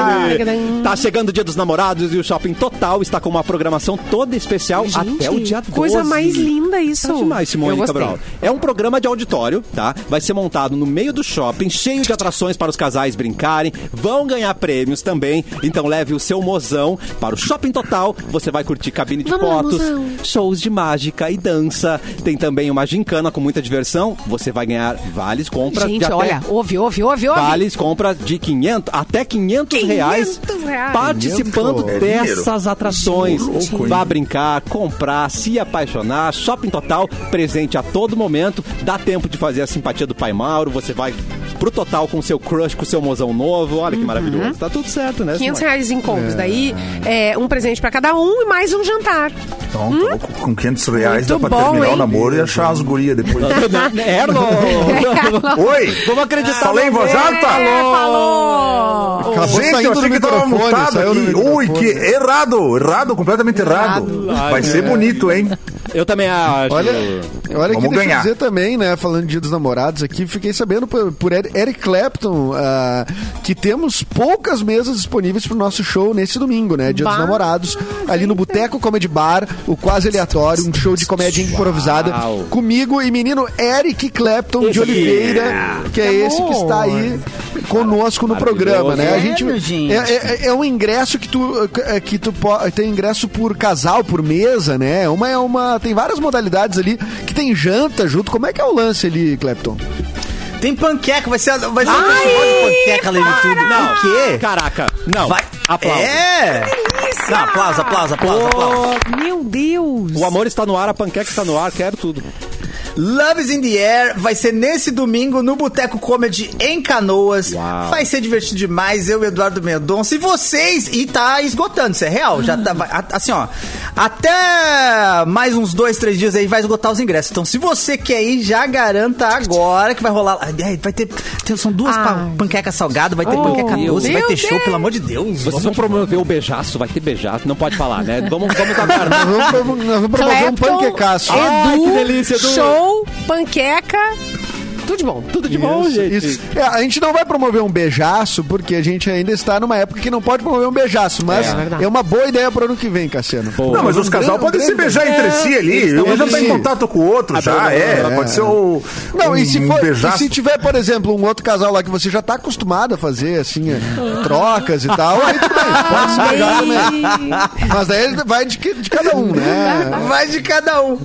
Tá chegando o Dia dos Namorados e o Shopping Total está com uma programação toda especial
Gente,
até o dia 12.
Coisa mais linda isso.
Tá demais,
Eu
Simone
gostei.
Cabral. É um programa de auditório, tá? Vai ser montado no meio do shopping, cheio de atrações para os casais brincarem. Vão ganhar prêmios também. Então leve o seu mozão para o Shopping Total. Você vai curtir cabine de
Vamos lá,
fotos,
mozão.
shows de mágica e dança. Tem também uma gincana com muita diversão. Você vai ganhar vales compras de
Gente,
até...
olha, ouve, ouve, ouve, ouve.
Vales compras de 500 até 500,
500
reais,
reais.
participando
É
500
dessas atrações. Vá brincar, comprar, se apaixonar. Shopping Total, presente a todo momento. Dá tempo de fazer a simpatia do pai Mauro. Você vai pro Total com seu crush, com seu mozão novo. Olha que maravilhoso. Tá tudo certo, né?
500
Simone?
reais em combos. Daí, é, um presente pra cada um e mais um jantar.
Então, tá louco, com 500 reais
Hum? Muito
dá pra
bom,
terminar
hein?
o namoro e achar as
[LAUGHS]
gurias depois.
Erno!
Oi!
Vamos acreditar.
Falei em
no
voz
amor.
alta?
É, falou!
Acabou
Gente, eu
saindo do
achei que tava
microfone.
mutado
saiu do
aqui. Ui,
microfone.
que errado, errado, completamente errado. Vai
é.
ser bonito, hein?
Eu também acho.
Olha, olha que
Vamos
deixa eu
ganhar.
dizer também, né? Falando de Dia dos Namorados aqui, fiquei sabendo por, por Eric- Eric Clapton ah, que temos poucas mesas disponíveis pro nosso show nesse domingo, né? Dia
Bah,
dos Namorados, ali no Boteco Comedy Bar, o Quase Aleatório, um show de comédia improvisada
Uau.
comigo e menino Eric Clapton
Esse
de
aqui.
Oliveira, que é esse que está aí conosco no programa, né? A gente,
Maravilhoso, gente.
É, é, é- é um ingresso que tu é, que tu po- tem ingresso por casal, por mesa, né? Uma é uma tem várias modalidades ali que tem janta junto. Como é que é o lance ali, Clepton?
Tem panqueca, vai ser, vai ser um festival de panqueca além de tudo.
Não.
Por quê?
Caraca. Não.
Vai.
Aplausos.
É! Não, aplauso, aplauso, aplauso, aplauso.
Meu Deus!
O amor está no ar, a panqueca está no ar, quero tudo.
Love is in the Air vai ser nesse domingo no Boteco Comedy em Canoas.
Uau.
Vai ser divertido demais. Eu, Eduardo Mendonça e vocês. E tá esgotando, isso é real. Já tá, vai- a- assim, ó. Até mais uns dois, três dias aí vai esgotar os ingressos. Então, se você quer ir, já garanta agora que vai rolar. Ai, Vai ter. tem- são duas
Ai.
pa- panquecas salgadas, vai ter
Oh,
panqueca
meu
doce, vai ter
Deus.
show, pelo amor de Deus.
Vocês vão promover o beijaço, vai ter beijaço, não pode falar, né? Vamos, vamos
[LAUGHS]
Nós
aguardar.
vamos, pro- nós vamos promover um
Clapton,
panquecaço.
Edu,
Ai, que delícia, Edu.
show, panqueca, tudo de bom.
Tudo de bom,
Isso,
gente.
isso. É, a gente não vai promover um beijaço, porque a gente ainda está numa época que não pode promover um beijaço, mas
É
é,
verdade.
uma boa ideia para o ano que vem, Cassiano.
Boa.
Não, mas os casal
um
podem se beijar entre si ali.
estão
Um já tá
ali.
em contato com o outro, já, é. Pode ser o.
Não,
um,
e se, for, e
beijaço.
se tiver, por exemplo, um outro casal lá que você já tá acostumado a fazer, assim, é, trocas e tal, aí tudo bem, pode se beijar também.
né?
Mas daí vai de, que- de cada um, né?
Vai de cada um.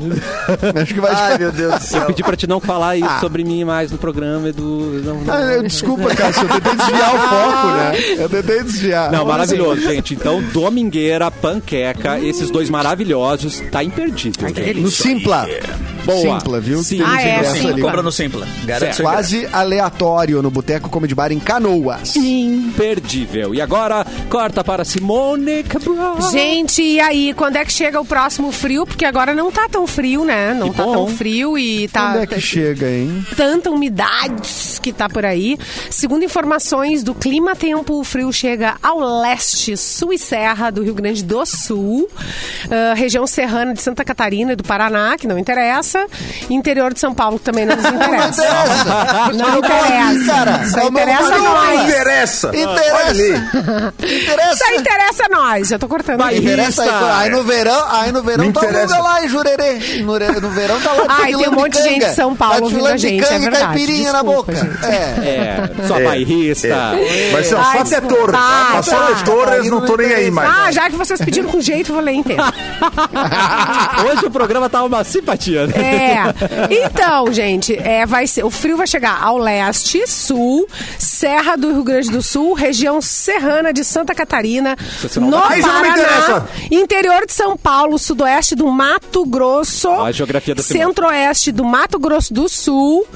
Acho que vai de
Ai,
cada um.
meu Deus do céu.
Ah. Pedi pra te não falar isso sobre mim mais no programa, Edu. Não, não,
Ah, eu- desculpa, Cássio, eu tentei desviar o foco, né? Eu tentei desviar.
Não, maravilhoso, gente. Então, Domingueira, Panqueca, esses dois maravilhosos, tá imperdível. gente.
No Simpla.
Boa.
Simpla, viu?
Sim.
Tem
Ah,
esse
é,
ingresso
sim.
ali.
Compra no Simpla. Garante
Certo.
seu ingresso.
Quase aleatório no Boteco Comedy Bar em Canoas.
Imperdível. E agora, corta para Simone Cabral.
Gente, e aí, quando é que chega o próximo frio? Porque agora não tá tão frio, né? Não
Que
tá
bom.
tão frio e tá.
Onde é que chega, hein?
tanta umidade que tá por aí. Segundo informações do Clima Tempo, o frio chega ao leste, sul e serra do Rio Grande do Sul, ah, região serrana de Santa Catarina e do Paraná, que não interessa, interior de São Paulo que também não nos interessa. Não interessa. Só interessa
Não
nós.
interessa.
Ah,
Interessa. Interessa.
Só interessa nós. Eu tô cortando.
Vai,
aqui.
Interessa aí,
Isso.
aí no verão, aí no verão
Me
todo mundo
interessa.
é lá em Jurerê. No, re- no verão tá lá
Ai, tem um monte de gente
Canga.
de São Paulo
Tá de
ouvindo
filando
a
de
gente, é
canga e
verdade.
caipirinha na
Desculpa,
boca.
gente.
É.
É, sua
É,
bairrista.
é. Mas ó,
Ai,
só até
desculpa.
Torres.
Tá,
Passou
tá.
as Torres, não tô nem aí mais.
Ah, já que vocês pediram com jeito, eu vou ler inteiro.
Hoje o programa tá uma simpatia, né?
É. Então, gente, é, vai ser, o frio vai chegar ao leste, sul, Serra do Rio Grande do Sul, região serrana de Santa Catarina,
não
no
vai- Aí já não me
Paraná,
interessa.
interior de São Paulo, sudoeste do Mato Grosso,
a geografia da semana.
centro-oeste do Mato Grosso do Sul.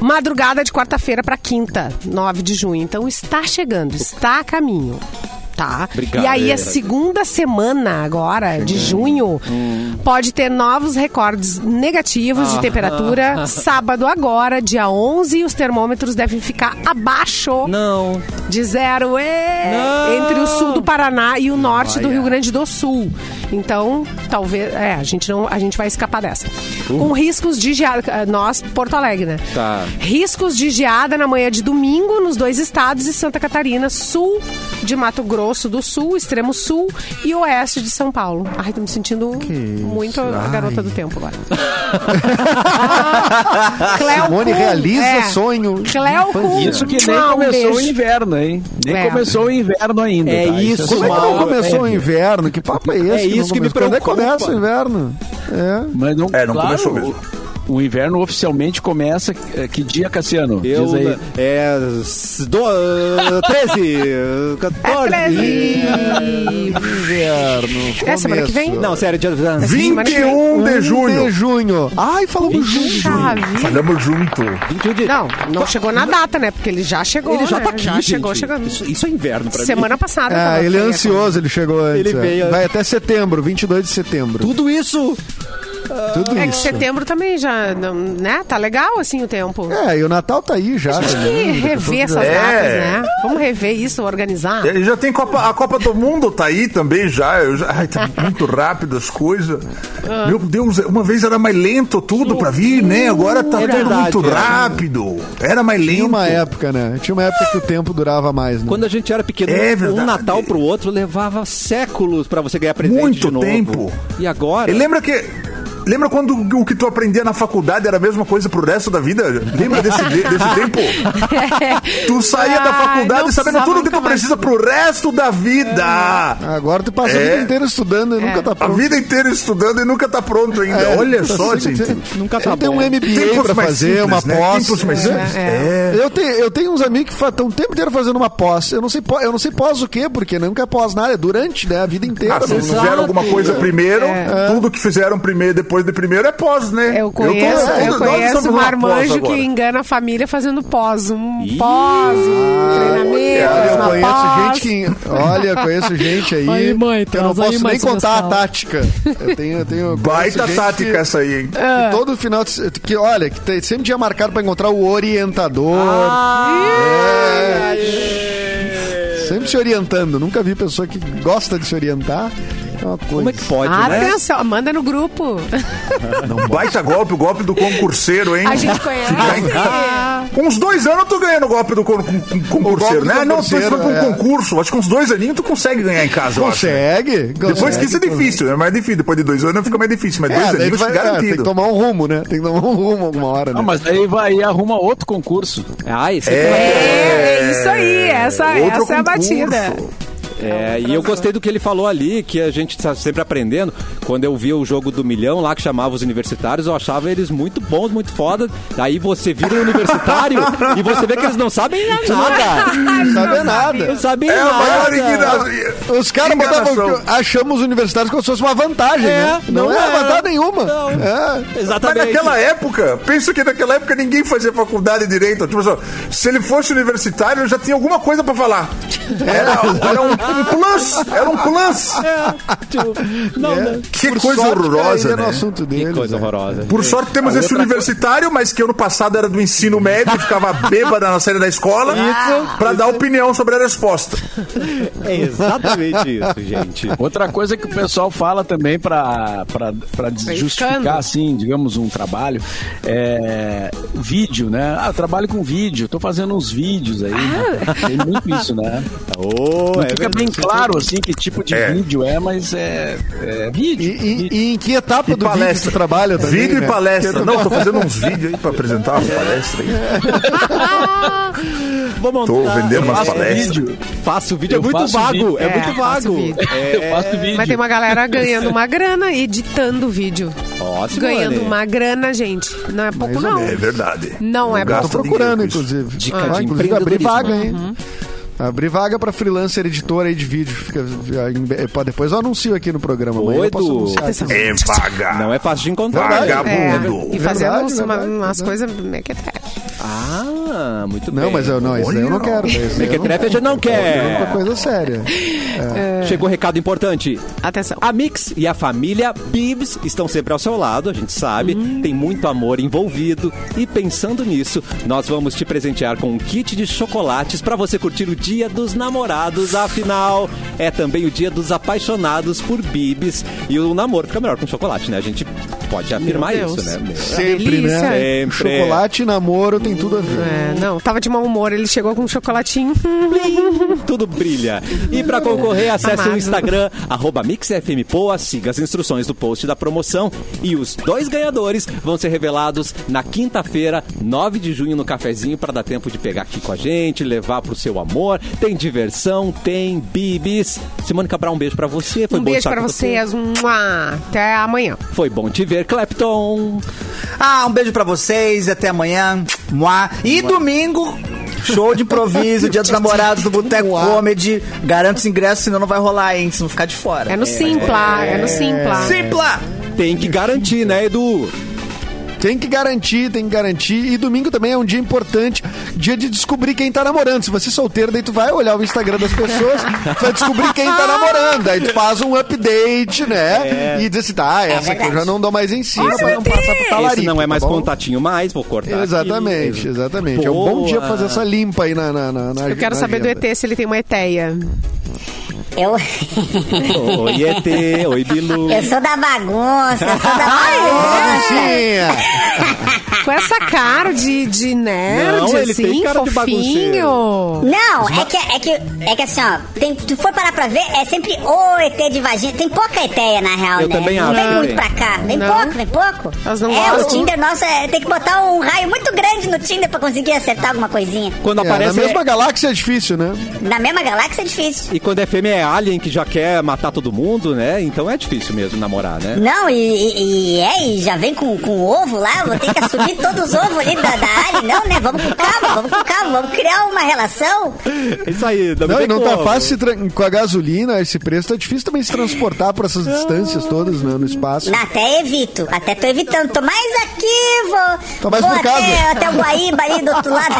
Madrugada de quarta-feira para quinta, 9 de junho. Então está chegando, está a caminho. Tá?
Obrigado,
e aí, a
Vera.
segunda semana agora, de junho, pode ter novos recordes negativos de temperatura. Sábado agora, dia 11, os termômetros devem ficar abaixo
Não.
de zero é,
Não.
entre o sul do Paraná e o norte do
Olha.
Rio Grande do Sul. Então, talvez, é, a gente não, a gente vai escapar dessa. Com riscos de geada, ah, nós Porto Alegre, né?
Tá.
Riscos de geada na manhã de domingo nos dois estados de Santa Catarina, sul de Mato Grosso do Sul, extremo sul e oeste de São Paulo. Ai, tô me sentindo muito a garota do tempo agora. Cléo
Simone
Kuhn,
realiza
é.
sonho.
Cléo Kuhn,
É.
Isso que nem
um
começou o
beijo.
inverno, hein? Nem
É.
começou o inverno ainda.
É
tá?
isso,
Como é que não
Mauro,
começou o inverno? Que papo é esse?
É
não
isso que me
começou? Quando é
preocupa.
que começa o inverno? É.
Mas não,
É, não começou mesmo.
O, o inverno oficialmente começa. eh, Que dia, Cassiano?
Eu,
Diz aí.
é, s- do, 13, 14.
É 13.
Inverno.
É semana que vem?
começo.
Não, sério, dia
semana que vem.
21 de
um De
junho.
junho. Ai, falamos
um
junho.
Puxa vida.
Falamos junto.
21 de...
Não, não chegou na data, né? Porque ele já chegou.
Ele já
né?
tá aqui,
Já
gente.
chegou chegando.
Isso, isso é inverno pra mim.
Semana passada.
Ah,
tava
ele é
feia.
ansioso, ele chegou antes.
Ele
é.
veio-
Vai até setembro, 22 de setembro.
Tudo isso.
Tudo
É que
isso.
setembro também já, não- né? Tá legal assim o tempo.
É, e o Natal tá aí já.
Tem
né?
que rever essas
É.
datas, né? Vamos rever isso, organizar. [LAUGHS]
E Já tem Copa, a Copa do Mundo tá aí também já. Eu já- ai, tá muito rápido as coisas.
Ah.
Meu Deus, uma vez era mais lento tudo pra vir, né? Agora tá
É
tudo
verdade,
muito
é.
rápido. Era mais
Tinha
lento.
uma época, né? Tinha uma época que o tempo durava mais, né?
Quando a gente era pequeno,
É
um
verdade.
Natal pro outro levava séculos pra você ganhar presente
Muito
de novo.
tempo.
E agora?
E lembra que. Lembra quando o que tu aprendia na faculdade era a mesma coisa pro resto da vida? Lembra desse, de- desse tempo? Tu saía
Ai,
da
Ah, não
faculdade sabendo
precisava
tudo que
nunca
tu
mais.
precisa pro resto da vida.
Agora tu passa a
É.
vida inteira estudando e nunca tá
A
É.
pronto.
vida inteira estudando e nunca tá pronto ainda.
É,
Olha
tá [LAUGHS]
só,
assim,
gente.
Nunca tá
Eu tenho
bom.
um MBA
Tempos
pra
mais
fazer,
simples,
uma
né?
pós.
Tempos mais simples.
é.
É.
Eu tenho, eu tenho uns amigos que estão o tempo inteiro fazendo uma pós. Eu não sei, pós- eu não sei pós o quê, porque nunca é pós nada, é durante, né? A vida inteira.
Ah, se
Não-
eles fizeram alguma coisa primeiro, tudo que fizeram primeiro depois do primeiro é pós, né?
É. Eu
tô-
conheço,
nós
eu
estamos
conheço um
numa pós
marmanjo
agora.
que engana a família fazendo pós. Um
Ih.
pós, um
Olha,
treinamento,
eu
uma
conheço
pós.
gente que. Olha, eu conheço gente aí.
Aí, mãe,
que eu não
traz aí,
posso
mãe,
nem contar a
Sebastião.
tática. Eu tenho. Eu tenho eu conheço
Baita
gente
tática
que-
essa aí, hein?
É.
que todo final de, se- que olha que tem, sempre tinha marcado pra encontrar o orientador
Ah,
É. sempre se orientando nunca vi pessoa que gosta de se orientar é uma coisa
Como é que pode,
Ah, tá.
né?
Ah, Atenção, manda no grupo.
Um Baita golpe, o golpe do concurseiro, hein?
A gente conhece.
Uns dois anos eu tô ganhando o golpe do con- con- concurseiro,
do
né? Não, tu foi
concurseiro,
pra um
é.
concurso. Acho que uns dois aninhos tu consegue ganhar em casa, eu acho. né?
consegue
Depois que isso é
consegue.
difícil, é mais difícil. Depois de dois anos fica mais difícil, mas dois
É, daí tu
aninhos
vai, é, tem que
garantido.
tomar um rumo, né? Tem que tomar um rumo alguma hora, né?
Ah, mas aí vai e arruma outro concurso.
Ah, esse
É,
é.
é isso aí, essa,
Outro
essa é a batida.
concurso.
É, e eu gostei do que ele falou ali, que a gente tá sempre aprendendo. Quando eu via o jogo do milhão lá, que chamava os universitários, eu achava eles muito bons, muito foda. Aí você vira um
[LAUGHS]
universitário e você vê que eles não sabem nada.
Não sabia nada.
Não sabem
É a maior
nada.
ignorância.
Os caras botavam.
Enganação.
que Achamos universitários como se fosse uma vantagem,
É,
né? Não,
não
é,
é.
vantagem nenhuma.
Não.
É.
Mas
Exatamente.
naquela época, pensa que naquela época ninguém fazia faculdade de direito. Tipo, assim, se ele fosse universitário, já tinha alguma coisa pra falar.
É.
Era, era um, um plus, era um plus.
É, tipo, não,
É.
né?
Que
Por
coisa
sorte, é
horrorosa,
ainda
né?
no assunto deles,
Que coisa
né?
horrorosa.
Por sorte
é
temos esse universitário, mas que ano passado era do ensino médio,
[LAUGHS]
ficava bêbada na saída da escola, pra dar opinião sobre a resposta.
É exatamente isso, gente.
Outra coisa que o pessoal fala também para justificar,
escândalo.
assim, digamos, um trabalho, é vídeo, né? Ah, eu trabalho com vídeo, tô fazendo uns vídeos aí.
Ah.
né? Tem muito isso,
[LAUGHS]
né?
Oh,
Não
é
fica bem
verdade.
claro, assim, que tipo de
É.
vídeo é, mas é, é
E,
vídeo.
e- e em que etapa
E
do vídeo
palestra.
tu trabalha também,
Vídeo
né?
e palestra. Não, tô fazendo uns vídeos aí pra apresentar uma palestra. aí.
Vou montar.
Tô vendendo umas
Eu faço
palestras.
vídeo. Faço vídeo, é
Eu
muito
faço
vago.
vídeo.
É
É,
muito
faço
vago.
vídeo.
Eu faço vídeo.
Mas tem uma galera ganhando uma grana editando vídeo.
É, Ótimo,
ganhando
Anne.
uma grana, gente. Não é pouco, não.
É verdade.
Não
Eu
é
Tô
gasto
bom.
procurando,
dinheiro com isso.
inclusive. Ah,
Dica de
inclusive, abri
empreendedorismo. Uhum.
vaga, hein? Abri vaga pra freelancer editora aí de vídeo. Fica, pá, é, depois eu anuncio aqui no programa. amanhã
Ô,
eu posso
Edu.
anunciar.
Atenção.
É vaga.
Não é fácil de encontrar.
Vagabundo.
É, e
Verdade,
fazendo uns- uma-
verdade,
umas
verdade.
coisas mequetrefe.
Ah, muito bem.
Não, mas eu não, isso daí eu não
Olha.
quero.
É Mequetrefe a gente não
É uma
quer.
coisa séria.
Chegou um recado importante.
Atenção.
A Mix e a família Bibs estão sempre ao seu lado, a gente sabe. Tem muito amor envolvido. E pensando nisso, nós vamos te presentear com um kit de chocolates para você curtir o Dia dos Namorados. Afinal, é também o Dia dos Apaixonados por Bibs. E o namoro fica melhor com chocolate, né? A gente pode afirmar
Deus.
isso, né? Meu.
Sempre,
delícia.
né?
Sempre.
Chocolate e namoro tem tudo a ver.
É, não, tava de mau humor, ele chegou com um chocolatinho. Um
Tudo brilha. E para concorrer, acesse o
Amado.
Instagram, arroba MixFMPoa, siga as instruções do post da promoção. E os dois ganhadores vão ser revelados na quinta-feira, 9 de junho, no cafezinho, para dar tempo de pegar aqui com a gente, levar pro seu amor. Tem diversão, tem bibis. Simone Cabral, um beijo para você. Foi
um
bom
beijo
estar
pra
com
vocês. um Mua. Até amanhã.
Foi bom te ver, Clapton.
Ah, um beijo pra vocês, até amanhã. Mua. E domingo, show de improviso,
[LAUGHS]
Dia dos Namorados do Boteco Comedy. Garanto os ingressos, senão não vai rolar, hein? Se não ficar de fora.
É no Simpla, é no Simpla.
Simpla!
Tem que garantir, né, Edu?
Tem que garantir, tem que garantir. E domingo também é um dia importante, dia de descobrir quem tá namorando. Se você é solteiro, daí tu vai olhar o Instagram das pessoas, tu vai descobrir quem tá namorando. Aí tu faz um update,
É.
né? E diz assim, tá,
É
essa que eu já não dou mais em cima pra não passar pro talarico.
Esse não é mais
tá bom?
contatinho mais, vou cortar aqui.
Exatamente, exatamente. É um bom
Boa.
dia pra fazer essa limpa aí na, na, na, na
Eu quero
na
saber do
agenda.
ET se ele tem uma ETEia.
Eu,
Oi, ET. Oi,
[LAUGHS]
Bilu.
É.
eu sou da bagunça, eu sou da bagunça.
Baguncinha!
Com essa cara de, de nerd,
Não, ele
assim,
tem cara de
fofinho.
bagunceiro.
Não, é que, é que, é que assim, ó, tem, tu for parar pra ver, é sempre o ET de vagina. Tem pouca ETEia, na real,
Eu
né?
também
não
acho
vem muito
também.
pra cá. Vem
Não.
pouco, vem pouco.
Elas não
é, o
gostam.
Tinder nosso é, tem que botar um raio muito grande no Tinder pra conseguir acertar alguma coisinha.
Quando
É, na
aparece...
mesma galáxia é difícil, né?
Na mesma galáxia é difícil.
E quando é fêmea é alien que já quer matar todo mundo, né? Então é difícil mesmo namorar, né?
Não, e, e, e é, e já vem com, com ovo lá, vou ter que assumir todos os ovos ali da, da área. Não, né? Vamos com calma, vamos com calma, vamos criar uma relação.
É isso aí.
Não,
tem
e não tá
como.
fácil se tran- com a gasolina, esse preço, tá difícil também se transportar por essas distâncias todas né, no espaço.
Não, até evito, até tô evitando. Tô mais aqui, vou.
Tô mais
vou
por
até,
casa.
até o Guaíba ali do outro
[LAUGHS]
lado.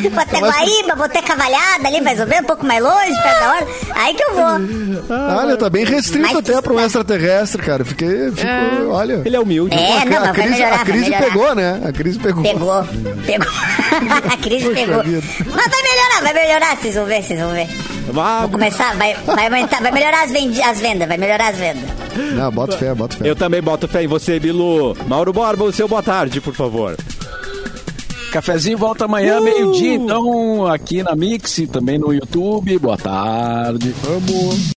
vou até
mais por-
Guaíba, vou até Cavalhada ali, mais ou menos, um pouco mais longe, perto da hora. Aí que eu vou.
Olha, tá bem restrito
Mas-
até pra um extraterrestre, cara. Fiquei, fico, olha.
Ele é humilde.
É, não, mas
a
vai
crise,
melhorar,
a crise
vai melhorar.
pegou, né? A crise pegou.
Pegou, pegou. [LAUGHS] A crise
Poxa
pegou.
vida.
Mas vai melhorar, vai melhorar, vocês vão ver, vocês vão ver.
Ah,
Vou começar, vai, vai aumentar, vai melhorar as, vendi- as vendas, vai melhorar as vendas.
Não, bota fé, bota fé.
eu também boto fé em você, Bilu. Mauro Borba, o seu boa tarde, por favor.
Cafezinho volta amanhã, meio-dia, então, aqui na Mix e também no YouTube. Boa tarde.
Vamos.